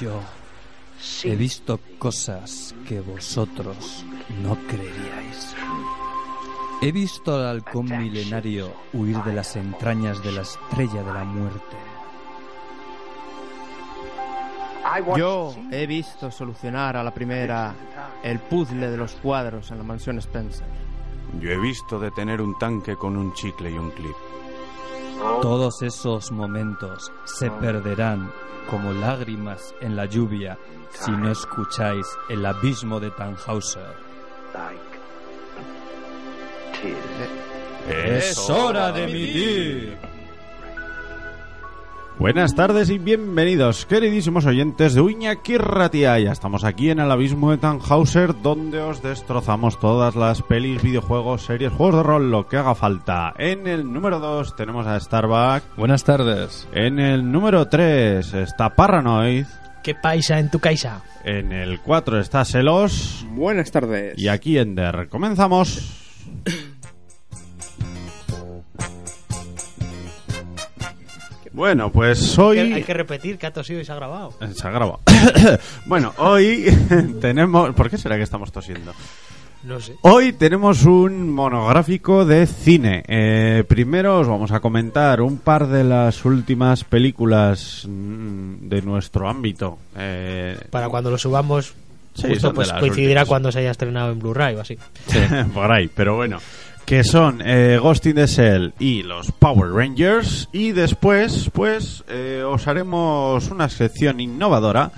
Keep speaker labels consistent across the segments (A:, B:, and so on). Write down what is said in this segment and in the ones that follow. A: Yo he visto cosas que vosotros no creeríais. He visto al halcón milenario huir de las entrañas de la estrella de la muerte.
B: Yo he visto solucionar a la primera el puzzle de los cuadros en la mansión Spencer.
C: Yo he visto detener un tanque con un chicle y un clip.
A: Todos esos momentos se perderán como lágrimas en la lluvia si no escucháis el abismo de Tannhauser.
C: ¡Es hora de emitir!
D: Buenas tardes y bienvenidos, queridísimos oyentes de Uñaki Ratia. Ya estamos aquí en el abismo de Tannhauser, donde os destrozamos todas las pelis, videojuegos, series, juegos de rol, lo que haga falta. En el número 2 tenemos a Starbuck.
E: Buenas tardes.
D: En el número 3 está Paranoid.
F: ¿Qué paisa en tu caixa?
D: En el 4 está Selos.
G: Buenas tardes.
D: Y aquí Ender. Comenzamos. Bueno, pues hoy...
F: Hay que repetir que ha tosido y se ha grabado.
D: Se ha grabado. bueno, hoy tenemos... ¿Por qué será que estamos tosiendo?
F: No sé.
D: Hoy tenemos un monográfico de cine. Eh, primero os vamos a comentar un par de las últimas películas mm, de nuestro ámbito. Eh,
F: Para cuando lo subamos,
D: Sí,
F: justo,
D: son de
F: pues
D: las
F: coincidirá
D: últimas.
F: cuando se haya estrenado en Blu-ray o así.
D: por ahí, pero bueno. Que son eh, Ghost in the Shell y los Power Rangers. Y después, pues, eh, os haremos una sección innovadora.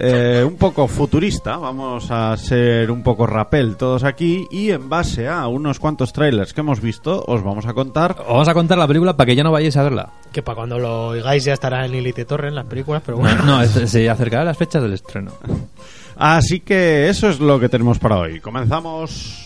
D: eh, un poco futurista, vamos a ser un poco rapel todos aquí y en base a unos cuantos trailers que hemos visto os vamos a contar
E: Os Vamos a contar la película para que ya no vayáis a verla.
F: Que para cuando lo oigáis ya estará en Lilith Torre en las películas, pero bueno.
E: No, es- se acercará las fechas del estreno.
D: Así que eso es lo que tenemos para hoy. Comenzamos.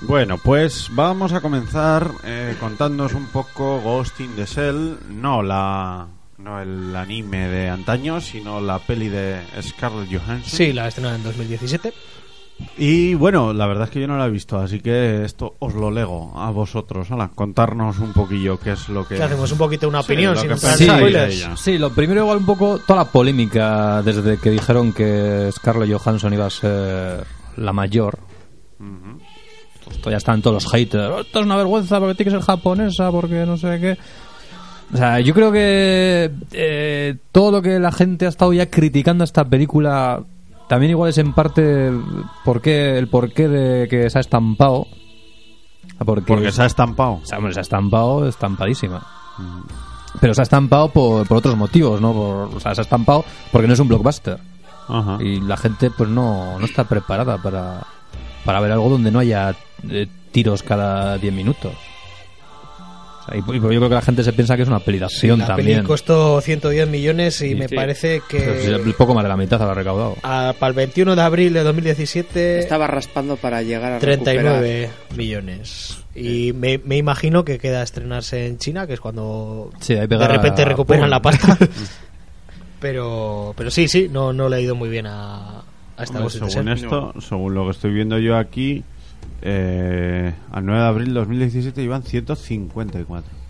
D: Bueno, pues vamos a comenzar eh, contándonos un poco Ghost in the Shell, no la no el anime de antaño, sino la peli de Scarlett Johansson.
F: Sí, la estrenada en 2017.
D: Y bueno, la verdad es que yo no la he visto, así que esto os lo lego a vosotros. Hola, contarnos un poquillo qué es lo que
F: Que hacemos un poquito una
D: Sí,
F: opinión
D: lo
F: sin
D: que
F: entrar en
D: pensáis.
F: spoilers.
D: Sí,
E: Sí, lo primero igual un poco toda la polémica desde que dijeron que Scarlett Johansson iba a ser la mayor. Esto ya están todos los haters. "Oh, Esto es una vergüenza porque tiene que ser japonesa, porque no sé qué. O sea, yo creo que eh, todo lo que la gente ha estado ya criticando a esta película también igual es en parte porque el porqué de que se ha estampado. Porque,
D: porque se ha estampado.
E: o sea, hombre, se ha estampado, estampadísima.
F: Mm.
E: Pero se ha estampado por, por otros motivos, ¿no? Por- o sea, se ha estampado porque no es un blockbuster.
F: Ah.
D: Ajá.
E: Y la gente, pues no, no está preparada para, para ver algo donde no haya eh, tiros cada 10 minutos. O sea, y, y yo creo que la gente se piensa que es una peli de acción
F: La peli
E: también.
F: costó 110 millones y
E: Sí,
F: me
E: sí.
F: parece
E: Pero si
F: que
E: es poco más de la mitad habrá recaudado.
F: a- para el 21 de abril de 2017
G: Estaba raspando para llegar a
F: 39 millones. Y me, me imagino que queda estrenarse en China, que es cuando
E: Sí, ahí
F: de
E: pega-
F: repente recuperan
E: ¡pum!
F: la pasta. pero pero sí, sí, no, no le ha ido muy bien a, ¿eh? a esta
D: Hombre,
F: Ghost in the
D: según
F: Shell.
D: esto, según lo que estoy viendo yo aquí, eh, al 9 de abril de 2017 iban 154.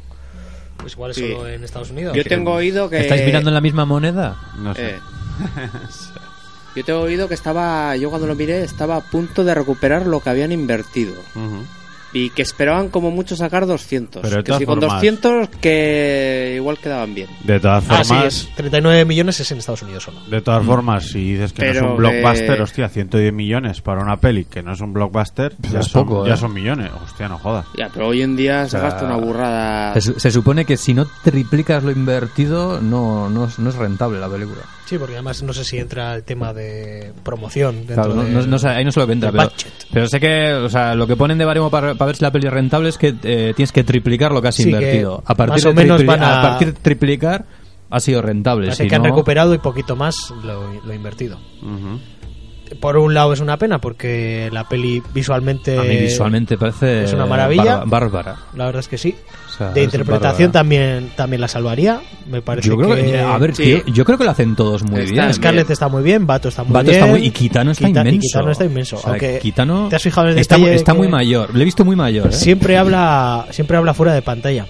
F: Pues igual es
G: Sí.
F: solo en Estados Unidos.
G: Yo tengo oído
F: Eh,
G: que.
E: ¿Estáis mirando en la misma moneda?
D: No sé.
G: Eh. Yo tengo oído que estaba, yo cuando lo miré, estaba a punto de recuperar lo que habían invertido.
D: Ujú.
G: Y que esperaban como mucho sacar 200.
D: Pero de
G: que si
D: todas
G: con
D: formas-
G: 200 que igual quedaban bien.
D: De todas
F: Ah, sí,
D: formas,
F: es 39 millones es en Estados Unidos solo.
D: de todas formas, si dices que no es
G: Mm. Pero
D: un blockbuster,
G: que-
D: hostia, 110 millones para una peli que no es un blockbuster, ya
E: es
D: son,
E: poco,
D: ya
E: ¿eh?
D: son millones. Hostia, no jodas.
G: Ya, pero hoy en día se
E: sea,
G: gasta una burrada.
F: ah.
E: Se, su- se supone que si no triplicas lo invertido, no, no, es, no es rentable la película.
F: Sí, porque además no sé si entra el tema de promoción. dentro
E: Claro, no,
F: del-
E: no- no sé, ahí no sé lo que entra,
F: del
E: pero,
F: budget.
E: pero sé que o sea, lo que ponen de baremo para, para ver si la peli es rentable es que eh, tienes que triplicar lo que has
F: Sí, que
E: invertido. A partir
F: más o
E: de
F: menos
E: tripli-
F: van a-
E: a partir de triplicar ha sido rentable.
F: Parece
E: si
F: que han
E: no-
F: recuperado y poquito más lo, lo invertido.
C: Ujú.
F: Por un lado es una pena porque la peli visualmente...
E: A mí visualmente parece
F: eh, es una maravilla.
E: barba- bárbara.
F: La verdad es que sí.
E: O sea,
F: de
E: Ah, es
F: interpretación
E: bárbara.
F: también, también la salvaría. Me parece
E: Yo creo que, eh, a ver,
G: Sí.
E: tío, yo creo que lo hacen todos muy
G: Está
E: bien.
G: esca-
F: Scarlett está muy bien, Bato está muy
E: Bato
F: bien.
E: está muy- y Kitano está
F: Kita- y
E: inmenso.
F: Kitano está inmenso.
E: O sea,
F: aunque
E: Kitano
F: ¿Te has fijado en el
E: está,
F: detalle
E: está
F: que
E: muy mayor. Le he visto muy mayor. ¿eh?
F: Siempre habla, siempre habla fuera de pantalla.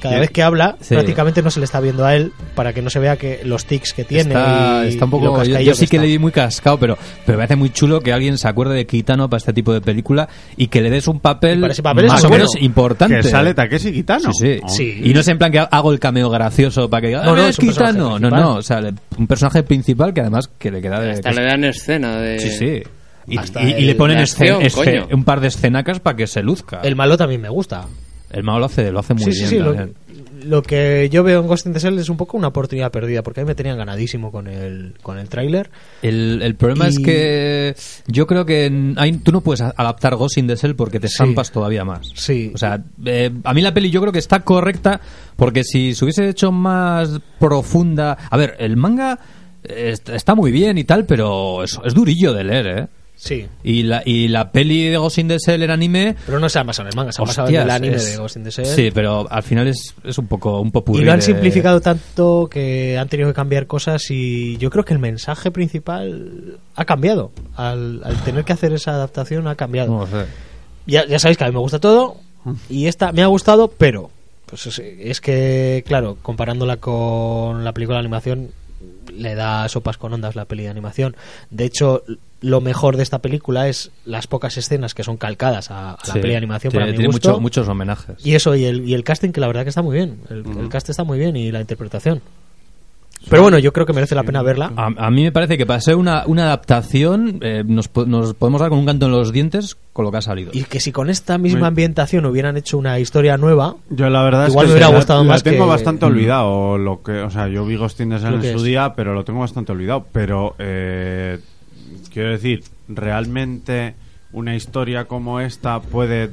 F: Cada
D: Sí.
F: vez que habla,
E: Sí.
F: prácticamente no se le está viendo a él para que no se vea que los tics que tiene.
E: Está,
F: y-
E: está un
F: y lo
E: poco. Yo,
F: cascaillo
E: yo sí que
F: está.
E: le vi muy cascado, pero, pero me parece muy chulo que alguien se acuerde de Kitano para este tipo de película y que le des un papel,
F: Y para ese papel es
E: más o
F: muy
E: menos
F: bueno.
E: importante.
D: Que sale Takeshi Kitano.
E: Sí, sí.
D: Oh.
F: Sí.
E: Y no es en plan que hago el cameo gracioso para que diga,
F: No,
E: "Ah,
F: no,
E: mira,
F: es
E: es
F: un personaje
E: Kitano. No,
F: principal.
E: no, o sea, le- un personaje principal que además que le queda de.
G: Hasta
E: que-
G: le dan escena de.
E: Sí, sí. Y,
F: Hasta
E: y- y le
F: el-
E: ponen
G: la
E: escen-
G: acción,
E: escen-
G: coño.
E: un par de escenacas para que se luzca.
F: El
E: El,
F: malo también me gusta.
E: malo lo hace, lo hace muy
F: sí, sí,
E: bien.
F: sí. Lo,
E: también.
F: lo que yo veo en Ghost in the Shell es un poco una oportunidad perdida porque a mí me tenían ganadísimo con el, con el tráiler.
E: El, el problema
F: Y-
E: es que yo creo que en- ahí tú no puedes a- adaptar Ghost in the Shell porque te
F: Sí.
E: zampas todavía más.
F: Sí.
E: O sea, eh, a mí la peli yo creo que está correcta porque si se hubiese hecho más profunda... A ver, el manga eh, est- está muy bien y tal, pero es, es durillo de leer, ¿eh?
F: Sí.
E: Y la, y la peli de Ghost in the Shell en anime...
F: Pero no se ha basado en el manga, se ha basado en
E: hostias,
F: el anime
E: es-
F: de Ghost in the Shell.
E: Sí, pero al final es, es un poco un popurrí
F: Y lo han
E: de-
F: simplificado tanto que han tenido que cambiar cosas y yo creo que el mensaje principal ha cambiado. Al, al tener que hacer esa adaptación ha cambiado.
E: No sé.
F: Ya, ya sabéis que a mí me gusta todo y esta me ha gustado, pero pues es, es que, claro, comparándola con la película de animación, le da sopas con ondas la peli de animación. De hecho, lo mejor de esta película es las pocas escenas que son calcadas a, a la
E: Sí.
F: peli de animación.
E: Tiene-
F: para mi
E: tiene
F: gusto.
E: mucho- muchos homenajes.
F: Y eso, y el, y el casting, que la verdad que está muy bien. El,
E: Mm.
F: el cast está muy bien y la interpretación. Pero bueno, yo creo que merece la pena verla.
E: A, a mí me parece que para ser una, una adaptación eh, nos, po- nos podemos dar con un canto en los dientes con lo que ha salido.
F: Y que si con esta misma ambientación hubieran hecho una historia nueva,
D: Yo la verdad
F: Igual
D: es que
F: me hubiera
D: la-
F: gustado
D: la
F: más
D: tengo
F: que- Mm.
D: bastante olvidado lo que, o sea, yo vi Ghost in the Shell
F: Lo
D: en
F: que
D: su
F: es.
D: día, pero lo tengo bastante olvidado, pero eh, quiero decir, realmente una historia como esta puede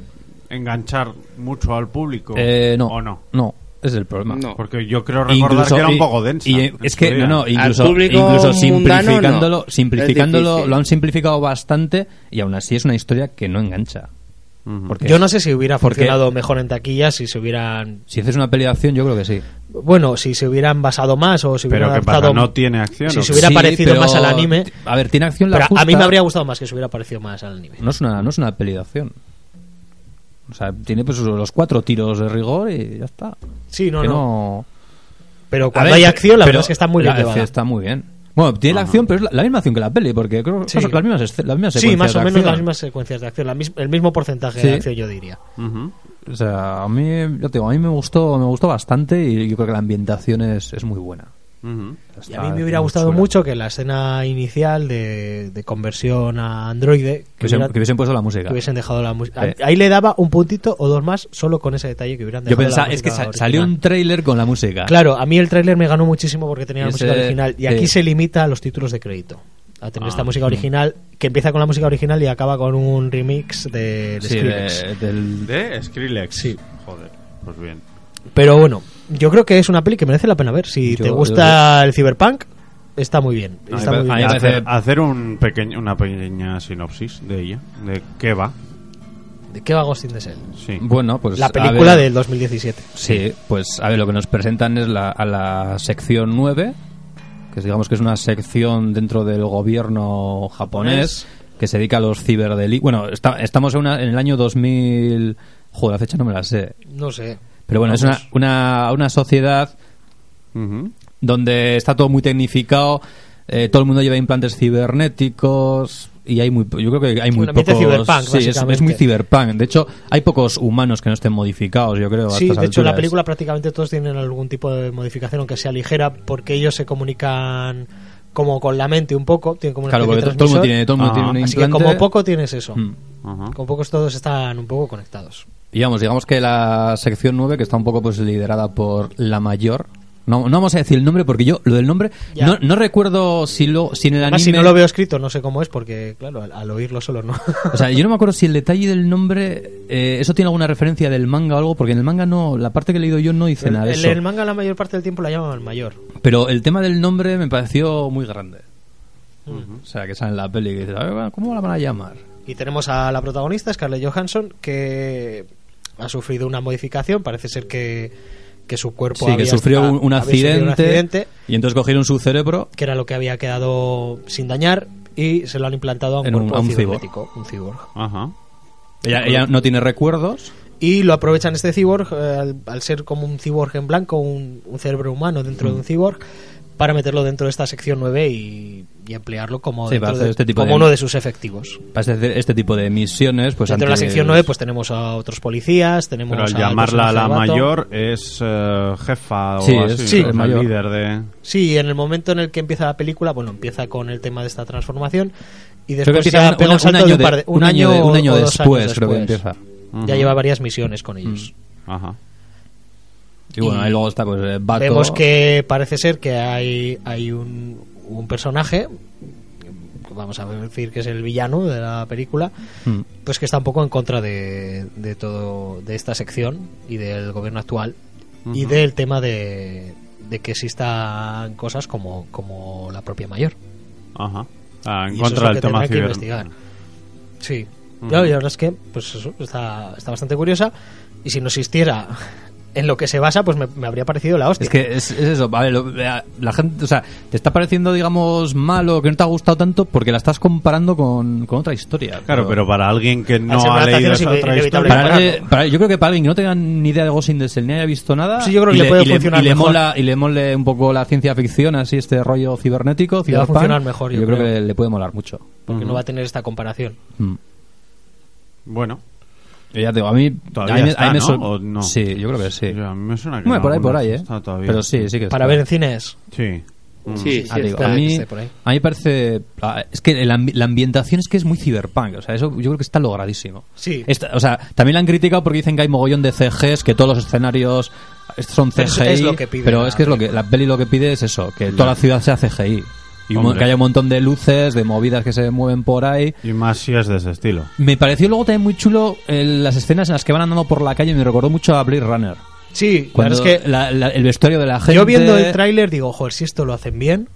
D: enganchar mucho al público
E: Eh, no,
D: o no?
E: No, ese es el problema.
G: No.
D: Porque yo creo recordar que era
E: y-
D: un poco densa.
E: y,
D: en
E: es
D: su
E: que,
D: día.
E: no, no,
G: Al
E: incluso,
G: público mundano,
E: incluso simplificándolo,
G: no. Es
E: simplificándolo
G: difícil.
E: lo han simplificado bastante y aún así es una historia que no engancha. Porque
F: yo no sé si hubiera
E: Porque-
F: funcionado mejor en taquilla, si se hubieran.
E: si haces una peleación, yo creo que sí.
F: Bueno, si se hubieran basado más o si hubieran
D: Pero que
F: adaptado.
D: pasa, no tiene acción.
F: si
D: ¿o
F: se
D: qué?
F: hubiera
E: Sí,
F: parecido
E: pero-
F: más al anime.
E: A ver, tiene acción la
F: Pero a
E: justa.
F: mí me habría gustado más que se hubiera parecido más al anime.
E: No es una, no es una peli de acción. O sea, tiene pues los cuatro tiros de rigor y ya está.
F: Sí, no,
E: Que
F: no.
E: no...
F: Pero
E: A
F: cuando
E: ver,
F: hay acción, la
E: pero
F: verdad es que está muy
E: la
F: bien llevada.
E: acción está muy bien. Bueno, tiene la acción, pero es la, la misma acción que la peli, porque creo que
F: Sí.
E: son las mismas, esce- las mismas
F: Sí,
E: secuencias
F: más o
E: de
F: menos
E: acción.
F: las mismas secuencias de acción, la mis- el mismo porcentaje
E: Sí.
F: de acción, yo diría.
D: Ujú.
E: O sea, a mí, yo te digo, a mí me gustó, me gustó bastante y yo creo que la ambientación es, es muy buena.
D: Ujú.
F: Y
E: Está
F: a mí me
E: muy
F: hubiera gustado
E: Ah, chula.
F: mucho que la escena inicial de, de conversión a androide
E: Que
F: que,
E: hubiesen,
F: hubiera-
E: que hubiesen puesto la música.
F: que hubiesen dejado la música.
E: Eh.
F: Ahí le daba un puntito o dos más solo con ese detalle que hubieran
E: Yo
F: dejado. la
E: pensaba, es que
F: música
E: sa- salió un
F: original.
E: tráiler con la música.
F: Claro, a mí el tráiler me ganó muchísimo porque tenía
E: Ah. Y
F: la música
E: ese-
F: original y
E: eh.
F: aquí se limita a los títulos de crédito. A tener
E: Ah.
F: esta música original que empieza con la música original y acaba con un remix de, de
E: Sí,
F: Skrillex.
E: de- del-
D: De Skrillex.
F: Sí.
D: Joder, pues bien.
F: Pero bueno, yo creo que es una peli que merece la pena ver. Si
E: Yo-
F: te gusta el cyberpunk, está muy bien.
E: mí
F: Está
E: me-
F: muy bien.
E: a mí me
D: Hacer,
E: parece-
D: hacer un pequeño, una pequeña sinopsis de ella, de qué va.
F: ¿De qué va Ghost in the Shell?
D: Sí.
E: Bueno, pues.
F: la
E: a
F: película
E: ver.
F: del 2017.
E: Sí, pues a ver, lo que nos presentan es la, a la sección 9, que es, digamos que es una sección dentro del gobierno japonés que se dedica a los ciberdelitos. Bueno, está- estamos en, una- en el año 2000... Joder, la fecha no me la sé.
F: No sé.
E: Pero bueno, es una, una, una sociedad
D: Ujú.
E: donde está todo muy tecnificado, eh, todo el mundo lleva implantes cibernéticos, y hay muy po- yo creo que hay muy
F: Un ambiente
E: pocos
F: cyberpunk,
E: sí, es- es,
F: básicamente.
E: muy cyberpunk de hecho hay pocos humanos que no estén modificados yo creo a
F: Sí, de
E: estas
F: hecho, en la
E: alturas.
F: película prácticamente todos tienen algún tipo de modificación, aunque sea ligera, porque ellos se comunican como con la mente un poco. Tienen como una
E: claro porque
F: especie de
E: todo el
F: transmisor.
E: mundo tiene todo el mundo
D: Ah.
E: tiene un
F: Así que
E: implante.
F: como poco tienes eso.
E: Mm.
D: Ajá.
F: Como pocos todos están un poco conectados.
E: Y vamos, digamos que la sección 9, que está un poco pues liderada por la mayor. No, no vamos a decir el nombre porque yo, lo del nombre,
F: Ya.
E: no, no recuerdo si, lo, si en el anime.
F: Además, si no lo veo escrito, no sé cómo es, porque, claro, al, al oírlo solo no.
E: O sea, yo no me acuerdo si el detalle del nombre. eh, ¿Eso tiene alguna referencia del manga o algo? Porque en el manga no. La parte que he leído yo no dice nada de
F: el,
E: eso.
F: el manga la mayor parte del tiempo la llaman mayor.
E: Pero el tema del nombre me pareció muy grande. O sea, que sale en la peli que dices, "A ver, bueno, ¿cómo la van a llamar?
F: Y tenemos a la protagonista, Scarlett Johansson, que ha sufrido una modificación. Parece ser que, que su cuerpo
E: Sí,
F: Pues había
E: que sufrió
F: esta-
E: un, un
F: había sufrido
E: accidente,
F: un accidente,
E: Y entonces cogieron su cerebro.
F: que era lo que había quedado sin dañar, y se lo han implantado a un
E: En un-
F: cuerpo
E: a un cyborg.
F: cibernético, un cyborg.
D: Ajá.
E: Ella, ella no tiene recuerdos.
F: Y lo aprovechan este cyborg, eh, al, al ser como un cyborg en blanco, un, un cerebro humano dentro
E: Mm.
F: de un cyborg, para meterlo dentro de esta sección 9 y, y emplearlo como,
E: Sí,
F: dentro
E: para hacer
F: de-
E: este tipo
F: como
E: de-
F: uno de sus efectivos.
E: Para hacer este tipo de misiones, pues
F: dentro de la
E: antes-
F: sección 9 pues tenemos a otros policías, tenemos
D: Pero al
F: al
D: llamarla la
F: personaje del vato.
D: mayor es eh, jefa o
E: Sí,
D: así,
E: es-
F: sí,
D: o sea,
E: es mayor.
D: líder de...
F: Sí, en el momento en el que empieza la película, bueno, empieza con el tema de esta transformación y
E: Creo que
F: después
E: empieza
F: ya
E: un-
F: pega
E: un
F: un salto
E: año
F: de un
E: de-
F: par de
E: un año de- un
F: o-
E: año
F: o dos
E: después,
F: años
E: creo que empieza. Mm.
F: Ya lleva varias misiones con ellos.
D: Ajá.
E: Y bueno, ahí luego está pues eh, Bato.
F: Vemos que parece ser que hay, hay un, un personaje, vamos a decir que es el villano de la película,
D: Hmm.
E: Mm.
F: pues que está un poco en contra de, de todo, de esta sección y del gobierno actual y del tema de, de que existan cosas como, como la propia mayor.
D: Ajá. Ah, en
F: Y eso
D: contra
F: es lo
D: del
F: que
D: tema
F: tendrá que
D: ciber. Hmm.
F: investigar. Sí.
D: Ujú.
F: Claro, y la verdad es que pues eso, está, está bastante curiosa y si no existiera en lo que se basa, pues me, me habría parecido la hostia.
E: Es que es, es eso, a ver, lo- la, la gente, o sea, te está pareciendo, digamos, malo, que no te ha gustado tanto porque la estás comparando con, con otra historia.
D: Claro, pero para alguien que no
F: ser una
D: ha leído
F: adaptación
D: esa
F: es
D: otra
F: inevi-
D: historia...
E: para
F: compararlo.
E: alguien- para- yo creo que para alguien que no tenga ni idea de Ghost in the Shell ni haya visto nada,
F: Sí, yo creo que
E: Ah. y
F: le puede
E: y y
F: funcionar
E: le
F: mejor.
E: mola y le mole un poco la ciencia ficción, así este rollo cibernético,
F: Le va a
E: cyberpunk,
F: funcionar mejor, yo
E: creo,
F: creo.
E: que le puede molar mucho.
F: porque no va a tener esta comparación.
E: Mm.
D: Bueno,
E: Yo ya te digo, a mí
D: Todavía
E: a mí me-
D: está,
E: a mí me
D: ¿no?
E: sor-
D: ¿O no?
E: Sí, yo creo que sí.
D: yo- a mí me suena que
E: Bueno,
D: en
E: por ahí, por
D: algunas
E: ahí, ¿eh?
D: está todavía.
E: Pero sí, sí que
F: Para
E: está.
F: ver en cines.
D: Sí. Mm.
G: Sí, sí,
E: Ah, digo,
G: está-
E: a, mí,
F: esté por ahí.
E: a mí parece. ah, Es que el ambi- la ambientación es que es muy cyberpunk. O sea, eso yo creo que está logradísimo.
F: Sí.
E: Esta- o sea, también la han criticado porque dicen que hay mogollón de CGs, que todos los escenarios son
F: Pero
E: CGI.
F: es- es lo que pide
E: pero
F: la
E: es que es lo que la peli lo que pide es eso, que toda la ciudad sea CGI. Y un mo-
D: Hombre.
E: que haya un montón de luces, de movidas que se mueven por ahí.
D: Y más si es de ese estilo.
E: Me pareció luego también muy chulo eh, las escenas en las que van andando por la calle. Me recordó mucho a Blade Runner.
F: Sí, la
E: Cuando
F: verdad es que
E: la- la- el vestuario de la gente.
F: yo viendo el tráiler digo, joder, si esto lo hacen bien,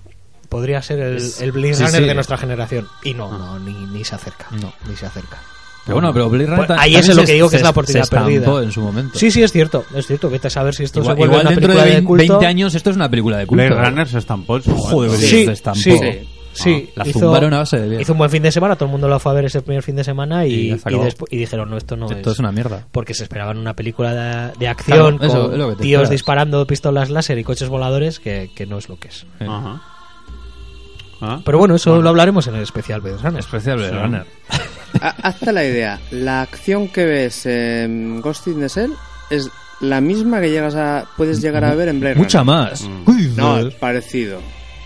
F: podría ser el, el Blade
E: sí,
F: Runner
E: sí.
F: de nuestra generación. Y no, no, ni, ni se acerca. No, ni se acerca.
E: Pero bueno, pero Blade Runner.
F: Pues
E: ta-
F: ahí
E: también
F: es en lo
E: se-
F: que digo que
E: se-
F: es la oportunidad
E: se estampó
F: perdida.
E: en su momento.
F: Sí, sí, es cierto, es cierto. Vete a saber si esto
E: igual,
F: se vuelve
E: igual
F: una
E: dentro
F: película
E: de
F: de
E: 20,
F: culto.
E: años esto es una película de culto.
D: Blade Runner se estampó el
E: Joder,
D: sí.
E: sí,
F: Sí,
E: se estampó.
F: sí, sí.
E: Ah, la zumbaron a base de bien.
F: Hizo un buen fin de semana, todo el mundo lo fue a ver ese primer fin de semana y,
E: Y ya
F: y,
E: se acabó.
F: despu- y dijeron, no, esto no
E: Esto es una mierda.
F: porque se esperaban una película de, de acción
E: Claro, eso
F: con
E: es lo que te
F: tíos
E: esperas.
F: disparando pistolas láser y coches voladores que, que no es lo que es.
D: Ajá. Ah,
F: Pero bueno, eso lo hablaremos en el especial Blade Runner.
E: Especial Blade Runner.
G: Ha- Hazte la idea. La acción que ves en Ghost in the Shell es la misma que llegas a, puedes llegar a ver en Blade
E: Mucha
G: Runner.
E: más.
D: Mm.
G: No, parecido.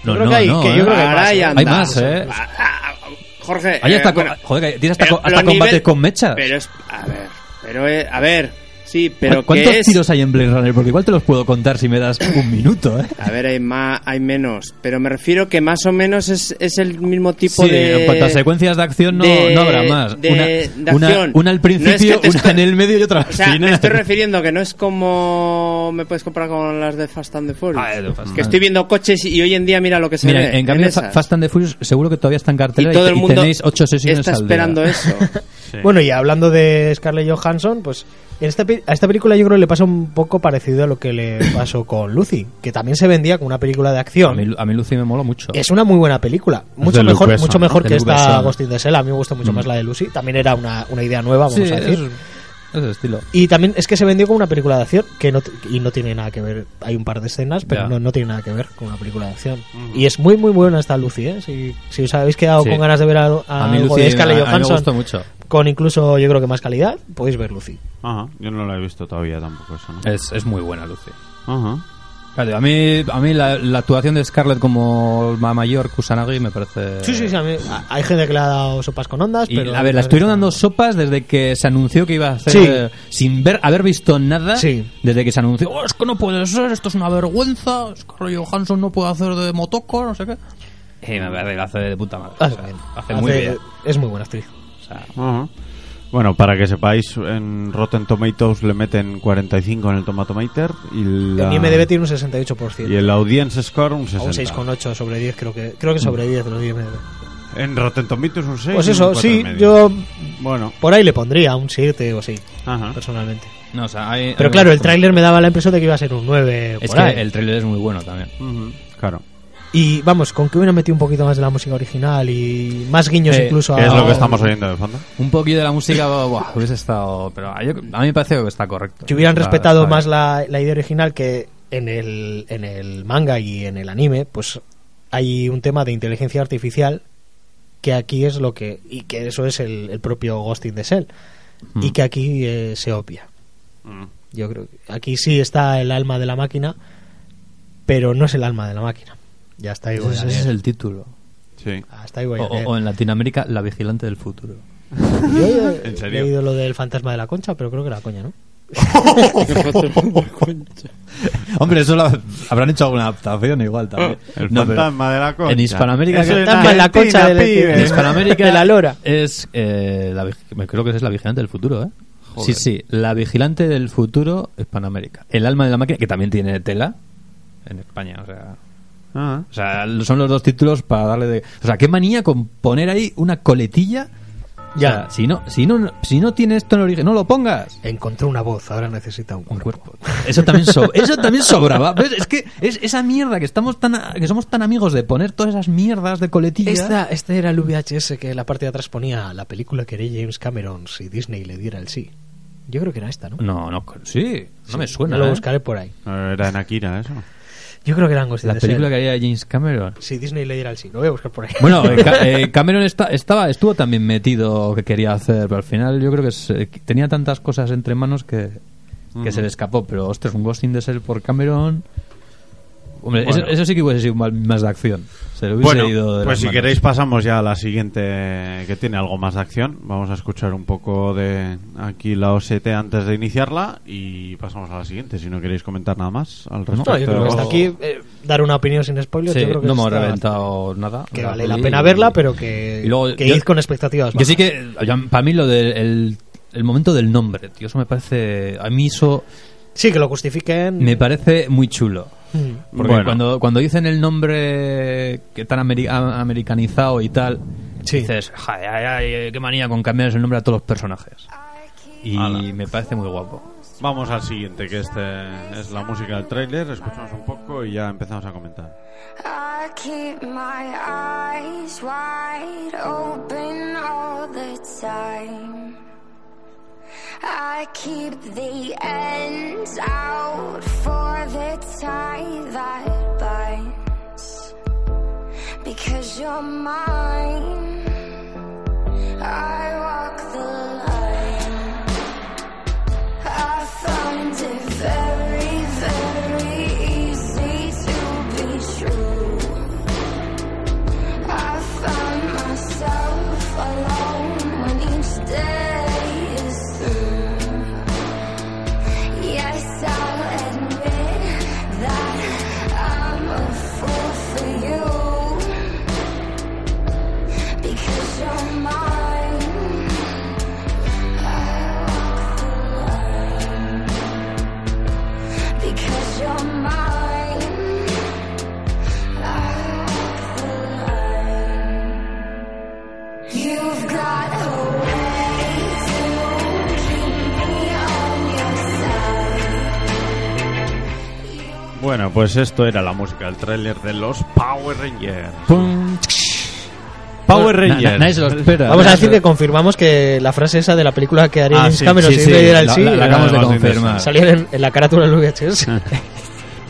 E: No,
G: creo
E: no,
G: que hay-
E: no,
G: que
E: ¿eh?
G: yo creo que hay Ahora más, ya ¿eh? anda.
E: Hay más, ¿eh?
G: Ah, ah, ah, Jorge.
E: Ahí
G: eh,
E: hasta, co-
G: bueno,
E: joder, que tienes hasta,
G: pero
E: co- hasta
G: los
E: combates
G: nivel-
E: con mechas.
G: Pero es. A ver. Pero, eh, a ver. Sí, pero
E: ¿Cuántos
G: que es.
E: tiros hay en Blade Runner? Porque igual te los puedo contar si me das un minuto, ¿eh?
G: A ver, hay más, hay menos, pero me refiero que más o menos es, es el mismo tipo
E: Sí,
G: de.
E: en cuanto a secuencias de acción no,
G: de-
E: no habrá más.
G: de-
E: una,
G: de
E: una-
G: acción.
E: una al
G: No es que
E: principio,
G: te
E: una
G: estoy-
E: en el medio y otra al
G: O sea,
E: final.
G: me estoy refiriendo que no es como me puedes comparar con las de Fast and the Furious.
E: Ah, de Fast and-
G: que estoy viendo coches y hoy en día mira lo que se
E: Mira,
G: ve.
E: en cambio, Fa-
G: esas.
E: Fast and the Furious seguro que todavía está en
G: y
E: cartelera y,
G: todo el
E: y
G: mundo
E: tenéis ocho sesiones
G: está
E: al día.
G: esperando eso.
F: Bueno, y hablando de Scarlett Johansson, pues en esta, pe- a esta película yo creo que le pasa un poco parecido a lo que le pasó con Lucy, que también se vendía como una película de
E: A
F: acción.
E: mí, a mí Lucy me mola mucho.
F: Es una muy buena película, mucho
D: de
F: mejor,
D: Luc Besson,
F: mucho mejor
E: ¿no?
F: que
E: De Luc
F: esta
E: Besson. Mm.
F: Ghost in the Shell. A mí me gustó mucho más la de Lucy. También era una, una idea nueva, vamos
E: Sí,
F: a decir.
E: es- Ese estilo.
F: Y también es que se vendió como una película de acción que no, t- y no tiene nada que ver. Hay un par de escenas, pero
E: Ya.
F: no, no tiene nada que ver con una película de acción. Y es muy, muy buena esta Lucy, ¿eh? Si, si os habéis quedado
E: Sí.
F: con ganas de ver a, a
E: A mí
F: algo
E: Lucy
F: de Scarlett
E: a- a mí me
F: Johansson,
E: gustó mucho.
F: con incluso yo creo que más calidad, podéis ver Lucy.
D: Ajá, yo no la he visto todavía tampoco eso, ¿no?
F: Eh.
E: Es, es muy buena Lucy.
D: Ajá.
E: Ya digo, a mí, a mí la, la actuación de Scarlett como la mayor Kusanagi me parece...
F: Sí, sí, sí. a mí- a- hay gente que le Eh, ha dado sopas con ondas,
E: Y,
F: pero.
E: a ver, la estuvieron dando sopas desde que se anunció que iba a hacer
F: Sí.
E: eh, sin ver haber visto nada.
F: Sí.
E: Desde que se anunció, "Oh, es que no puede ser, esto es una vergüenza, Scarlett Johansson no puede hacer de motoco, no sé qué. Y me parece que lo hace de puta madre.
F: Hace
E: o sea,
F: bien.
E: hace muy
F: Ah, Hace-
E: bien.
F: Es muy buena actriz.
D: Ajá. Bueno, para que sepáis, en Rotten Tomatoes le meten 45 en el Tomatometer y la,
F: En IMDb tiene un
D: y
F: 68%.
D: el Audience Score un
F: A un
D: 60.
F: 6,8 sobre 10, creo que, creo que sobre 10 de los IMDb.
D: En Rotten Tomatoes un 6.
F: Pues
D: y un
F: eso,
D: cuatro y
F: sí,
D: medio.
F: yo
D: Bueno,
F: por ahí le pondría un 7 o así,
D: ajá.
F: personalmente.
E: No, o sea, hay-
F: Pero
E: hay-
F: claro, el tráiler me daba la impresión de que iba a ser un 9
E: Eh, Es
F: por ahí.
E: que el tráiler es muy bueno también.
D: Ujú, Claro.
F: Y vamos, con que hubiera metido un poquito más de la música original y más guiños
E: Eh,
F: incluso
D: ¿Qué
F: a...
D: es lo que estamos oyendo de fondo?
E: Un poquillo de la música, buah, hubiese estado... Pero a, yo- a mí me parece que está correcto.
F: Que
D: Ah,
F: hubieran
E: Está-
F: respetado
E: está
F: más
E: bien.
F: la, la idea original que en el, en el manga y en el anime, pues hay un tema de inteligencia artificial que aquí es lo que... Y que eso es el, el propio Ghosting de Cell. Y
E: Mm.
F: que aquí eh, se obvia.
D: Mm.
F: Yo creo que aquí sí está el alma de la máquina, pero no es el alma de la máquina. Ya está ahí. voy a
E: Ese, ese Pues es
F: leer.
E: el título.
D: Sí.
F: Hasta Ah, ahí Eh, voy
E: O,
F: a leer.
E: o- o en Latinoamérica, La Vigilante del Futuro.
F: Yo he-
D: ¿En
F: he
D: serio?
F: leído lo del fantasma de la concha, pero creo que era coña, ¿no?
E: Hombre, eso lo habrán hecho alguna adaptación igual también.
D: El
E: No, pero-
D: fantasma de la concha.
E: en Hispanoamérica-
D: Eso en
F: Fantasma de la
D: Argentina,
F: concha del-
D: pibe.
F: del-
E: En Hispanoamérica
F: De la lora.
E: Es, eh, la vig- me creo que esa es la vigilante del futuro, ¿eh? Sí, sí, la vigilante del futuro Hispanoamérica. El alma de la máquina, que también tiene tela en España, o sea...
D: Ah,
E: O sea, son los dos títulos para darle de... O sea, qué manía con poner ahí una coletilla.
F: Ya.
E: O sea, si, no, si, no, si no tiene esto en origen, no lo pongas.
F: Encontró una voz, ahora necesita un
E: Un
F: cuerpo.
E: cuerpo. Eso también, so- eso también sobraba. ¿Ves? Es que es esa mierda que estamos tan a- que somos tan amigos de poner todas esas mierdas de coletillas.
F: Esta, este era el VHS que en la parte de atrás ponía la película que haría James Cameron si Disney le diera el sí. Yo creo que era esta, ¿no?
E: No, no, sí, no me suena.
F: Yo lo
E: ¿eh?
F: buscaré por ahí.
D: Era en Akira eso.
F: Yo creo que eran Ghost in
E: La
F: the
E: película que
F: Shell.
E: haría James Cameron.
F: Si Disney le diera el sí, lo voy a buscar por ahí.
E: Bueno, eh, Ca- eh, Cameron esta- estaba, estuvo también metido que quería hacer, pero al final yo creo que se- tenía tantas cosas entre manos que, que se le escapó. Pero ostras, un Ghost in the Shell por Cameron. Hombre, eso,
D: Bueno.
E: eso sí que hubiese sido mal- más de acción. Se le hubiese ido de
D: pues
E: las
D: si
E: manos.
D: queréis pasamos ya a la siguiente que tiene algo más de acción. Vamos a escuchar un poco de aquí la OST antes de iniciarla y pasamos a la siguiente si no queréis comentar nada más al respecto.
F: No, yo creo que hasta aquí eh, dar una opinión sin spoilers.
E: Sí,
F: yo creo que
E: no me ha
F: está-
E: reventado nada.
F: Que
E: O sea,
F: vale la
E: y-
F: pena verla, pero que,
E: y luego
F: que
E: yo-
F: id con expectativas.
E: Que sí
F: bajas.
E: que, para mí lo del el- el momento del nombre, tío, eso me parece, a mí eso
F: Sí, que lo justifiquen.
E: me parece muy chulo.
F: Mm.
E: Porque
D: Bueno.
E: cuando, cuando dicen el nombre que tan ameri- a- americanizado y tal,
F: Sí.
E: dices, "Joder, ay, ay, qué manía con cambiar el nombre a todos los personajes. Y
D: Ala.
E: me parece muy guapo.
D: Vamos al siguiente, que este es la música del tráiler. Escuchamos un poco y ya empezamos a comentar.
H: I keep my eyes wide open all the time. I keep the ends out for the tie that binds. Because you're mine, I walk the line. I found it very, very easy to be true. I found myself alone when each day is through. Yes, I'll admit that I'm a fool for you because you're mine. Because you're mine, I walk the line. You've got a way to keep me on your side.
D: Bueno, pues esto era la música del tráiler de los Power Rangers.
E: ¡Pum!
D: Power Rangers.
E: Na- na- nadie se lo espera.
F: Vamos a decir que confirmamos que la frase esa de la película que haría
D: Ah,
F: James
D: sí,
F: Cameron
E: sí,
F: si
E: sí,
F: me diera el
E: la-
F: sí,
E: la- la
F: era-
E: acabamos de
D: Ghost in the
E: confirmar.
F: salían en, en la carátula del VHS.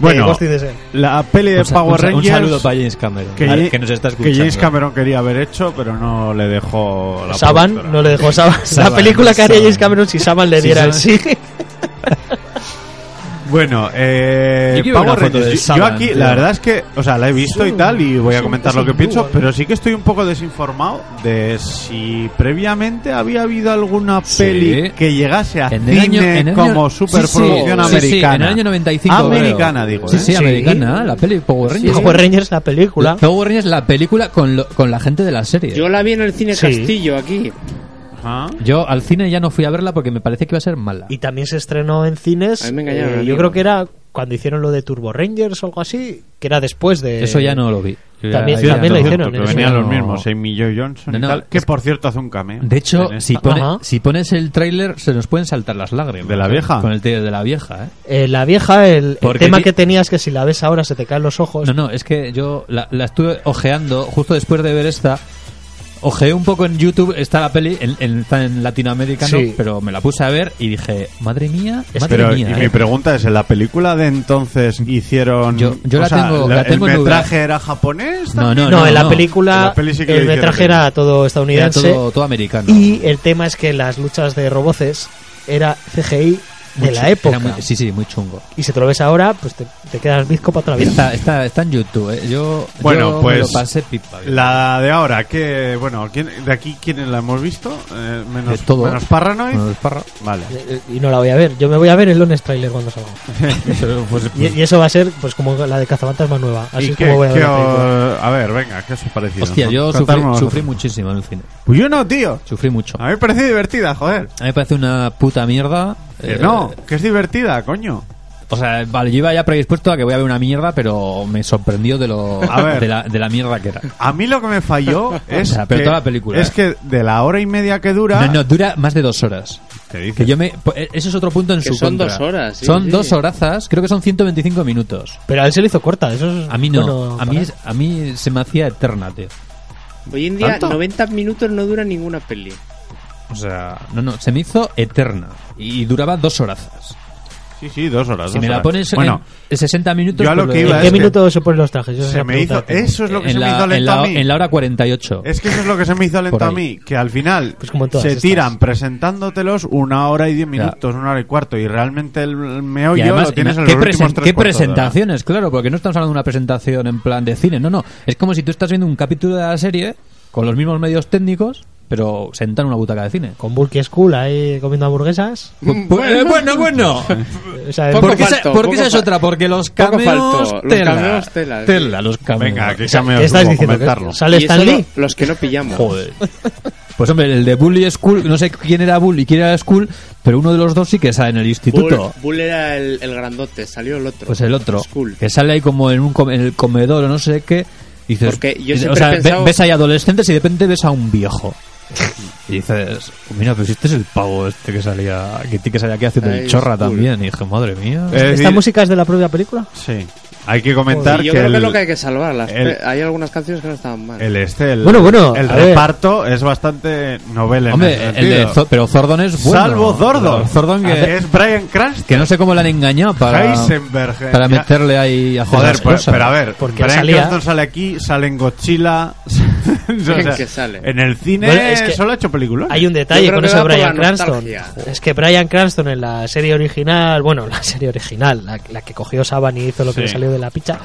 D: Bueno,
F: Eh, Ghost in the Shell.
D: la peli de
E: Un sa- un
D: Eh, Power
E: sa-
D: Rangers.
E: Un saludo para James Cameron,
D: que,
E: que,
D: Ja-
E: nos está
D: que
E: escuchando.
D: James Cameron quería haber hecho, pero no le dejó la
F: Saban
D: productora.
F: no le dejó Saban.
E: Saban,
F: la película que haría
E: Saban.
F: James Cameron si Saban le
E: Si
F: diera el sí.
E: Saban-
D: Bueno, eh,
E: Yo quiero ver
D: Power
E: una foto
D: Rangers.
E: de
D: Yo- Yo
E: Saban,
D: aquí,
E: tío.
D: la verdad es que, o sea, la he visto y tal, y voy a
F: es un-
D: comentar
F: es
D: lo
F: un
D: que pienso,
F: dúo, ¿eh?
D: pero sí que estoy un poco desinformado de si previamente había habido alguna
E: Sí.
D: peli que llegase a
E: En
D: cine
E: el año- en el año-
D: como
E: sí,
D: superproducción
E: sí, sí,
D: americana.
E: en el año 95 creo.
D: Americana, digo.
E: Sí,
D: ¿eh?
E: sí,
F: Sí.
E: americana, la peli Power Rangers.
F: Power Rangers la película.
E: Power Rangers, la película con, lo- con la gente de la serie.
G: Yo la vi en el cine
F: Sí.
G: Castillo aquí.
D: Ajá.
E: Yo al cine ya no fui a verla porque me parece que iba a ser mala.
F: Y también se estrenó en cines.
G: A mí me engañaron,
F: eh, yo
G: amigo.
F: creo que era cuando hicieron lo de Turbo Rangers o algo así, que era después de.
E: Eso ya no lo vi. Yo ya-
F: También-
E: ya
F: también la
E: no.
F: hicieron,
D: Que
F: en eso
D: venían
E: ya
D: los
E: no-
D: mismos, Amy Jo Johnson
E: No,
D: y
E: no,
D: tal, que por cierto hace un cameo.
E: De hecho,
D: En esta.
E: si, pone-
F: Ajá.
E: si pones el tráiler se nos pueden saltar las lágrimas.
D: ¿De la vieja?
E: Con el tráiler de la vieja, ¿eh?
F: Eh, la vieja, el, el
E: Porque
F: tema
E: di-
F: que tenía es que si la ves ahora se te caen los ojos.
E: No, no, es que yo la, la estuve ojeando justo después de ver esta. Ojeé un poco en YouTube, está la peli, en, en- está en latinoamericano,
F: Sí.
E: pero me la puse a ver y dije, madre mía, madre
D: Pero
E: mía.
D: y
E: ¿eh?
D: mi pregunta es, ¿en la película de entonces hicieron...
E: Yo- yo
D: o
E: la
D: sea,
E: tengo- la tengo en
D: ¿El
E: duda.
D: metraje era japonés?
E: No, no,
F: No,
E: no.
F: en la
E: no.
F: película
D: La peli sí que le
F: el
D: hicieron
F: metraje
D: bien.
F: era todo
E: Era
F: estadounidense
E: todo, todo americano.
F: y el tema es que las luchas de roboces era CGI
E: Muy
F: de la
E: chu-
F: época.
E: era muy- sí, sí, muy chungo.
F: Y si te lo ves ahora, pues te, te quedas bizco para otra vida.
E: Está, está, está en YouTube, ¿eh? Yo,
D: Bueno,
E: yo
D: pues,
E: lo pasé pipa.
D: La de ahora, que... Bueno, ¿quién- ¿de aquí quiénes la hemos visto? Eh, menos,
E: De todo.
D: menos Paranoid.
E: Bueno, el parra-
D: Vale.
F: Eh, Y no la voy a ver. Yo me voy a ver el lunes trailer cuando salga. Y, y eso va a ser pues como la de Cazafantasmas nueva. Así
D: ¿Y
F: es
D: qué-
F: como voy a ver
D: qué
F: la película.
D: o- a ver, venga, ¿qué os ha parecido?
E: Hostia, yo sufrí,
D: Contadnos.
E: sufrí muchísimo en el cine.
D: Pues yo no, tío.
E: Sufrí mucho.
D: A mí me parece divertida, joder.
E: A mí me parece una puta mierda.
D: Que
E: eh,
D: no, que es divertida, coño.
E: O sea, vale, yo iba ya predispuesto a que voy a ver una mierda, pero me sorprendió de lo
D: A ver.
E: de, la, de la mierda que era.
D: A mí lo que me falló es.
E: sea, pero
D: que,
E: toda la película,
D: Es
E: ¿eh?
D: que de la hora y media que dura.
E: No, no, dura más de dos horas.
D: Te dice.
E: Que yo me, po- eh, eso es otro punto en
G: Que
E: su
G: son
E: contra.
G: dos horas, sí,
E: son
G: sí.
E: dos horazas, creo que son 125 minutos.
F: Pero a él se le hizo corta. Eso es
E: A mí no,
F: bueno
E: a, mí,
F: para-
E: es- a mí se me hacía eterna, tío.
G: Hoy en día
D: ¿Tanto?
G: 90 minutos no dura ninguna peli.
E: O sea, no, no, se me hizo eterna. Y duraba dos horazas.
D: Sí, sí, dos horas.
E: Si
D: dos
E: me la
D: horas.
E: pones en-
D: Bueno,
E: en 60 minutos...
D: yo a lo
E: pues
D: que
E: lo-
D: iba
F: ¿En
D: es
F: qué
D: que
F: minuto se ponen los trajes? Esa es
D: se
F: la
D: me
F: pregunta
D: hizo.
F: que tengo.
D: Eso es lo que
E: en
D: se
E: la,
D: me hizo
E: en
D: lento
E: la-
D: a mí.
E: en la hora 48.
D: Es que eso es lo que se me hizo lento
E: Por
D: a
E: ahí.
D: mí. Que al final
F: Pues como en todas
D: se
F: estas.
D: tiran presentándotelos una hora y diez
E: Ya.
D: minutos, una hora y cuarto. Y realmente el meollo
E: Y además,
D: lo tienes
E: ima-
D: en los
E: ¿qué,
D: últimos
E: presen-
D: tres
E: qué
D: cuartos de hora.
E: presentaciones? Claro, porque no estamos hablando de una presentación en plan de cine. No, no. Es como si tú estás viendo un capítulo de la serie con los mismos medios técnicos, pero sentado en una butaca de cine.
F: Con Bulky School ahí comiendo hamburguesas.
E: Pu- pu- eh, Bueno, bueno.
F: O sea,
G: Mm, Poco
E: Porque esa,
G: falto,
E: porque
G: poco
E: esa es
G: fal-
E: otra, porque los
G: poco
E: cameos
G: falto. Los
E: tela,
G: cameos tela, sí.
E: Tela, los cameos.
D: Venga, que
F: O sea,
D: ya me
F: ¿qué
D: os
F: estás
D: subo a
F: diciendo? que
D: comentarlo.
F: ¿Sale
G: Y eso
F: Stan Lee?
G: lo- los que no pillamos.
E: Joder. Pues hombre, el de Bully School, no sé quién era Bully y quién era School, pero uno de los dos sí que sale en el
G: Bull,
E: instituto.
G: Bull era el, el grandote, salió el otro.
E: Pues el otro,
G: Skull.
E: que sale ahí como en, un com- en el comedor o no sé qué. y Dices,
G: Porque yo
E: y-
G: siempre
E: o sea,
G: he
E: ve-
G: pensado-
E: ves ahí adolescentes y de repente ves a un viejo. Y dices, mira, pero si este es el pavo este que salía, que, que salía aquí haciendo el
G: Ahí,
E: chorra
G: Skull.
E: también. Y dije, madre mía.
D: Eh,
F: ¿Esta
D: decir-
F: música es de la propia película?
D: Sí. Hay que comentar
G: Y
D: que,
G: yo creo que
D: el-
G: es lo que hay que salvar. las
D: el-
G: pe- hay algunas canciones que no estaban mal.
D: el este, el,
F: Bueno, bueno,
D: el
F: a ver.
D: reparto es bastante novela. en
E: Hombre,
D: ese
E: el de
D: sentido.
E: Zo- pero Zordon es bueno.
D: Salvo Zordon.
E: Zordon
D: que
E: que,
D: es Brian Cranston.
E: que no sé cómo le han engañado para,
D: Heisenberg. eh,
E: para
D: ya.
E: meterle ahí a hacer
D: Joder,
E: las
D: pero,
E: cosas.
D: pero a ver,
F: Porque
D: Brian
F: salía-
D: Cranston sale aquí, sale en Godzilla. o sea,
G: Que sale.
D: En el cine
F: Bueno, es que
D: solo ha hecho películas.
F: Hay un
G: Yo
F: detalle
G: creo
F: con
G: que
F: eso de
G: va por
F: Brian
G: la
F: Cranston.
G: nostalgia.
F: Es que Brian Cranston en la serie original, bueno, la serie original, la, la que cogió Saban y hizo lo
D: Sí.
F: que le salió de la picha,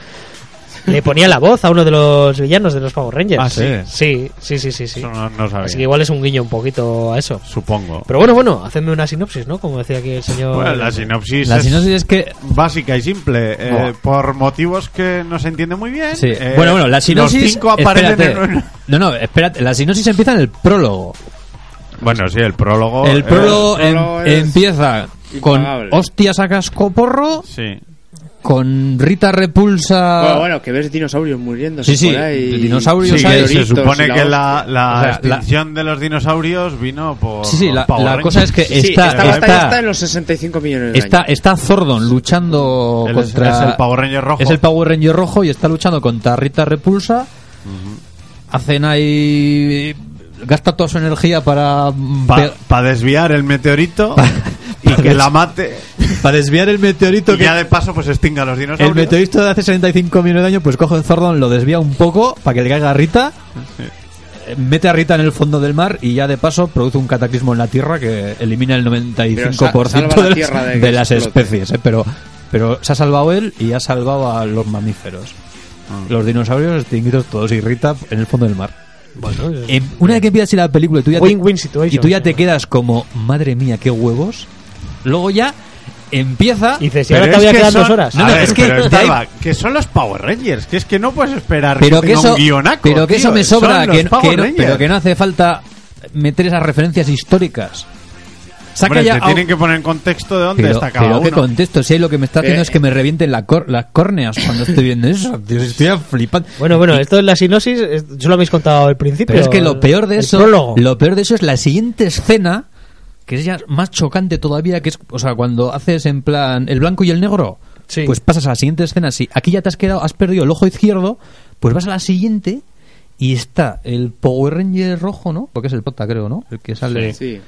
F: le ponía la voz a uno de los villanos de los Power Rangers.
D: Ah, ¿sí?
F: Sí, sí, sí, sí. sí.
D: Eso no, no sabía.
F: Así que igual es un guiño un poquito a eso.
D: Supongo.
F: Pero bueno, bueno, hacedme una sinopsis, ¿no? Como decía aquí el señor.
D: Bueno, la sinopsis,
E: La
D: es
E: sinopsis es que
D: básica y simple. eh,
E: Buah.
D: por motivos que no se entiende muy bien.
E: Sí.
D: eh,
E: bueno, bueno, la sinopsis.
D: Los cinco aparecen
E: espérate.
D: en un-
E: No, no, espérate. La sinopsis empieza en el prólogo.
D: Bueno, sí, el prólogo.
E: el
D: eh,
E: prólogo,
G: el prólogo
E: em-
G: es
E: empieza con
G: impagable.
E: hostias a casco porro,
D: Sí.
E: con Rita repulsa.
G: Bueno, bueno, que ves dinosaurios muriendo.
E: Sí, sí, dinosaurios
D: Sí,
E: hay.
D: que se
E: Doritos
D: supone que la, la
E: O sea, la-
D: extinción de los dinosaurios vino por.
E: sí, sí, la,
D: Power
E: la
D: Rangers.
E: cosa es que
G: Sí,
E: está,
G: esta batalla
E: está,
G: está en los 65 millones de
E: está,
G: años.
E: está Zordon luchando
D: Él es-
E: contra.
D: es el Power Ranger rojo.
E: Es el Power Ranger rojo y está luchando contra Rita repulsa. hacen ahí. Gasta toda su energía para. mm,
D: Para
E: pe-
D: desviar el meteorito y
E: pa
D: que
E: des-
D: la mate.
E: para desviar el meteorito
D: Y
E: que.
D: ya de paso, pues extinga a los dinosaurios.
E: El meteorito de hace 65 millones de años, pues coge el Zordon, lo desvía un poco para que le caiga a Rita. eh, Mete a Rita en el fondo del mar y ya de paso produce un cataclismo en la Tierra que elimina el 95%
G: Pero sa- salva la
E: de,
G: Tierra
E: las,
G: de que
E: de las
G: explote.
E: especies. eh, Pero, pero se ha salvado él y ha salvado a los mamíferos.
G: Ah.
E: Los dinosaurios extinguidos todos y Rita en el fondo del mar.
F: Bueno, es-
E: Eh, una vez que empiezas la película y tú ya,
F: Win-win
E: te,
F: situation.
E: y tú ya te quedas como, madre mía, qué huevos. Luego ya empieza...
F: Y dices, y
D: Pero
F: ahora
D: es
F: todavía
D: que
F: quedan
D: son-
F: dos horas.
E: No,
D: A
E: no,
D: ver,
E: es que
D: pero
E: de ahí-
D: Starbuck, que son los Power Rangers, que es que no puedes esperar
E: pero que
D: tenga
E: eso,
D: un guionaco,
E: pero que
D: tío,
E: eso me sobra,
D: son los
E: que, no- que
D: Power
E: no,
D: Rangers.
E: pero que no hace falta meter esas referencias históricas. Saca
D: Hombre,
E: ya
D: te
E: a-
D: tienen que poner en contexto de dónde
E: pero,
D: está cada
E: pero qué
D: uno.
E: contexto, si ahí lo que me está haciendo
G: Eh,
E: es que me revienten la cor- las córneas cuando estoy viendo eso. Tío, estoy flipando.
F: Bueno, bueno, esto es la sinopsis, es- solo habéis contado al principio.
E: Pero es que lo
F: el-
E: peor de
F: el
E: eso,
F: prólogo.
E: lo peor de eso es la siguiente escena, que es ya más chocante todavía, que es, o sea, cuando haces en plan el blanco y el negro,
F: Sí.
E: pues pasas a la siguiente escena. Si aquí ya te has quedado, has perdido el ojo izquierdo, pues vas a la siguiente y está el Power Ranger rojo, ¿no? Porque es el pota, creo, ¿no? El que sale,
G: Sí.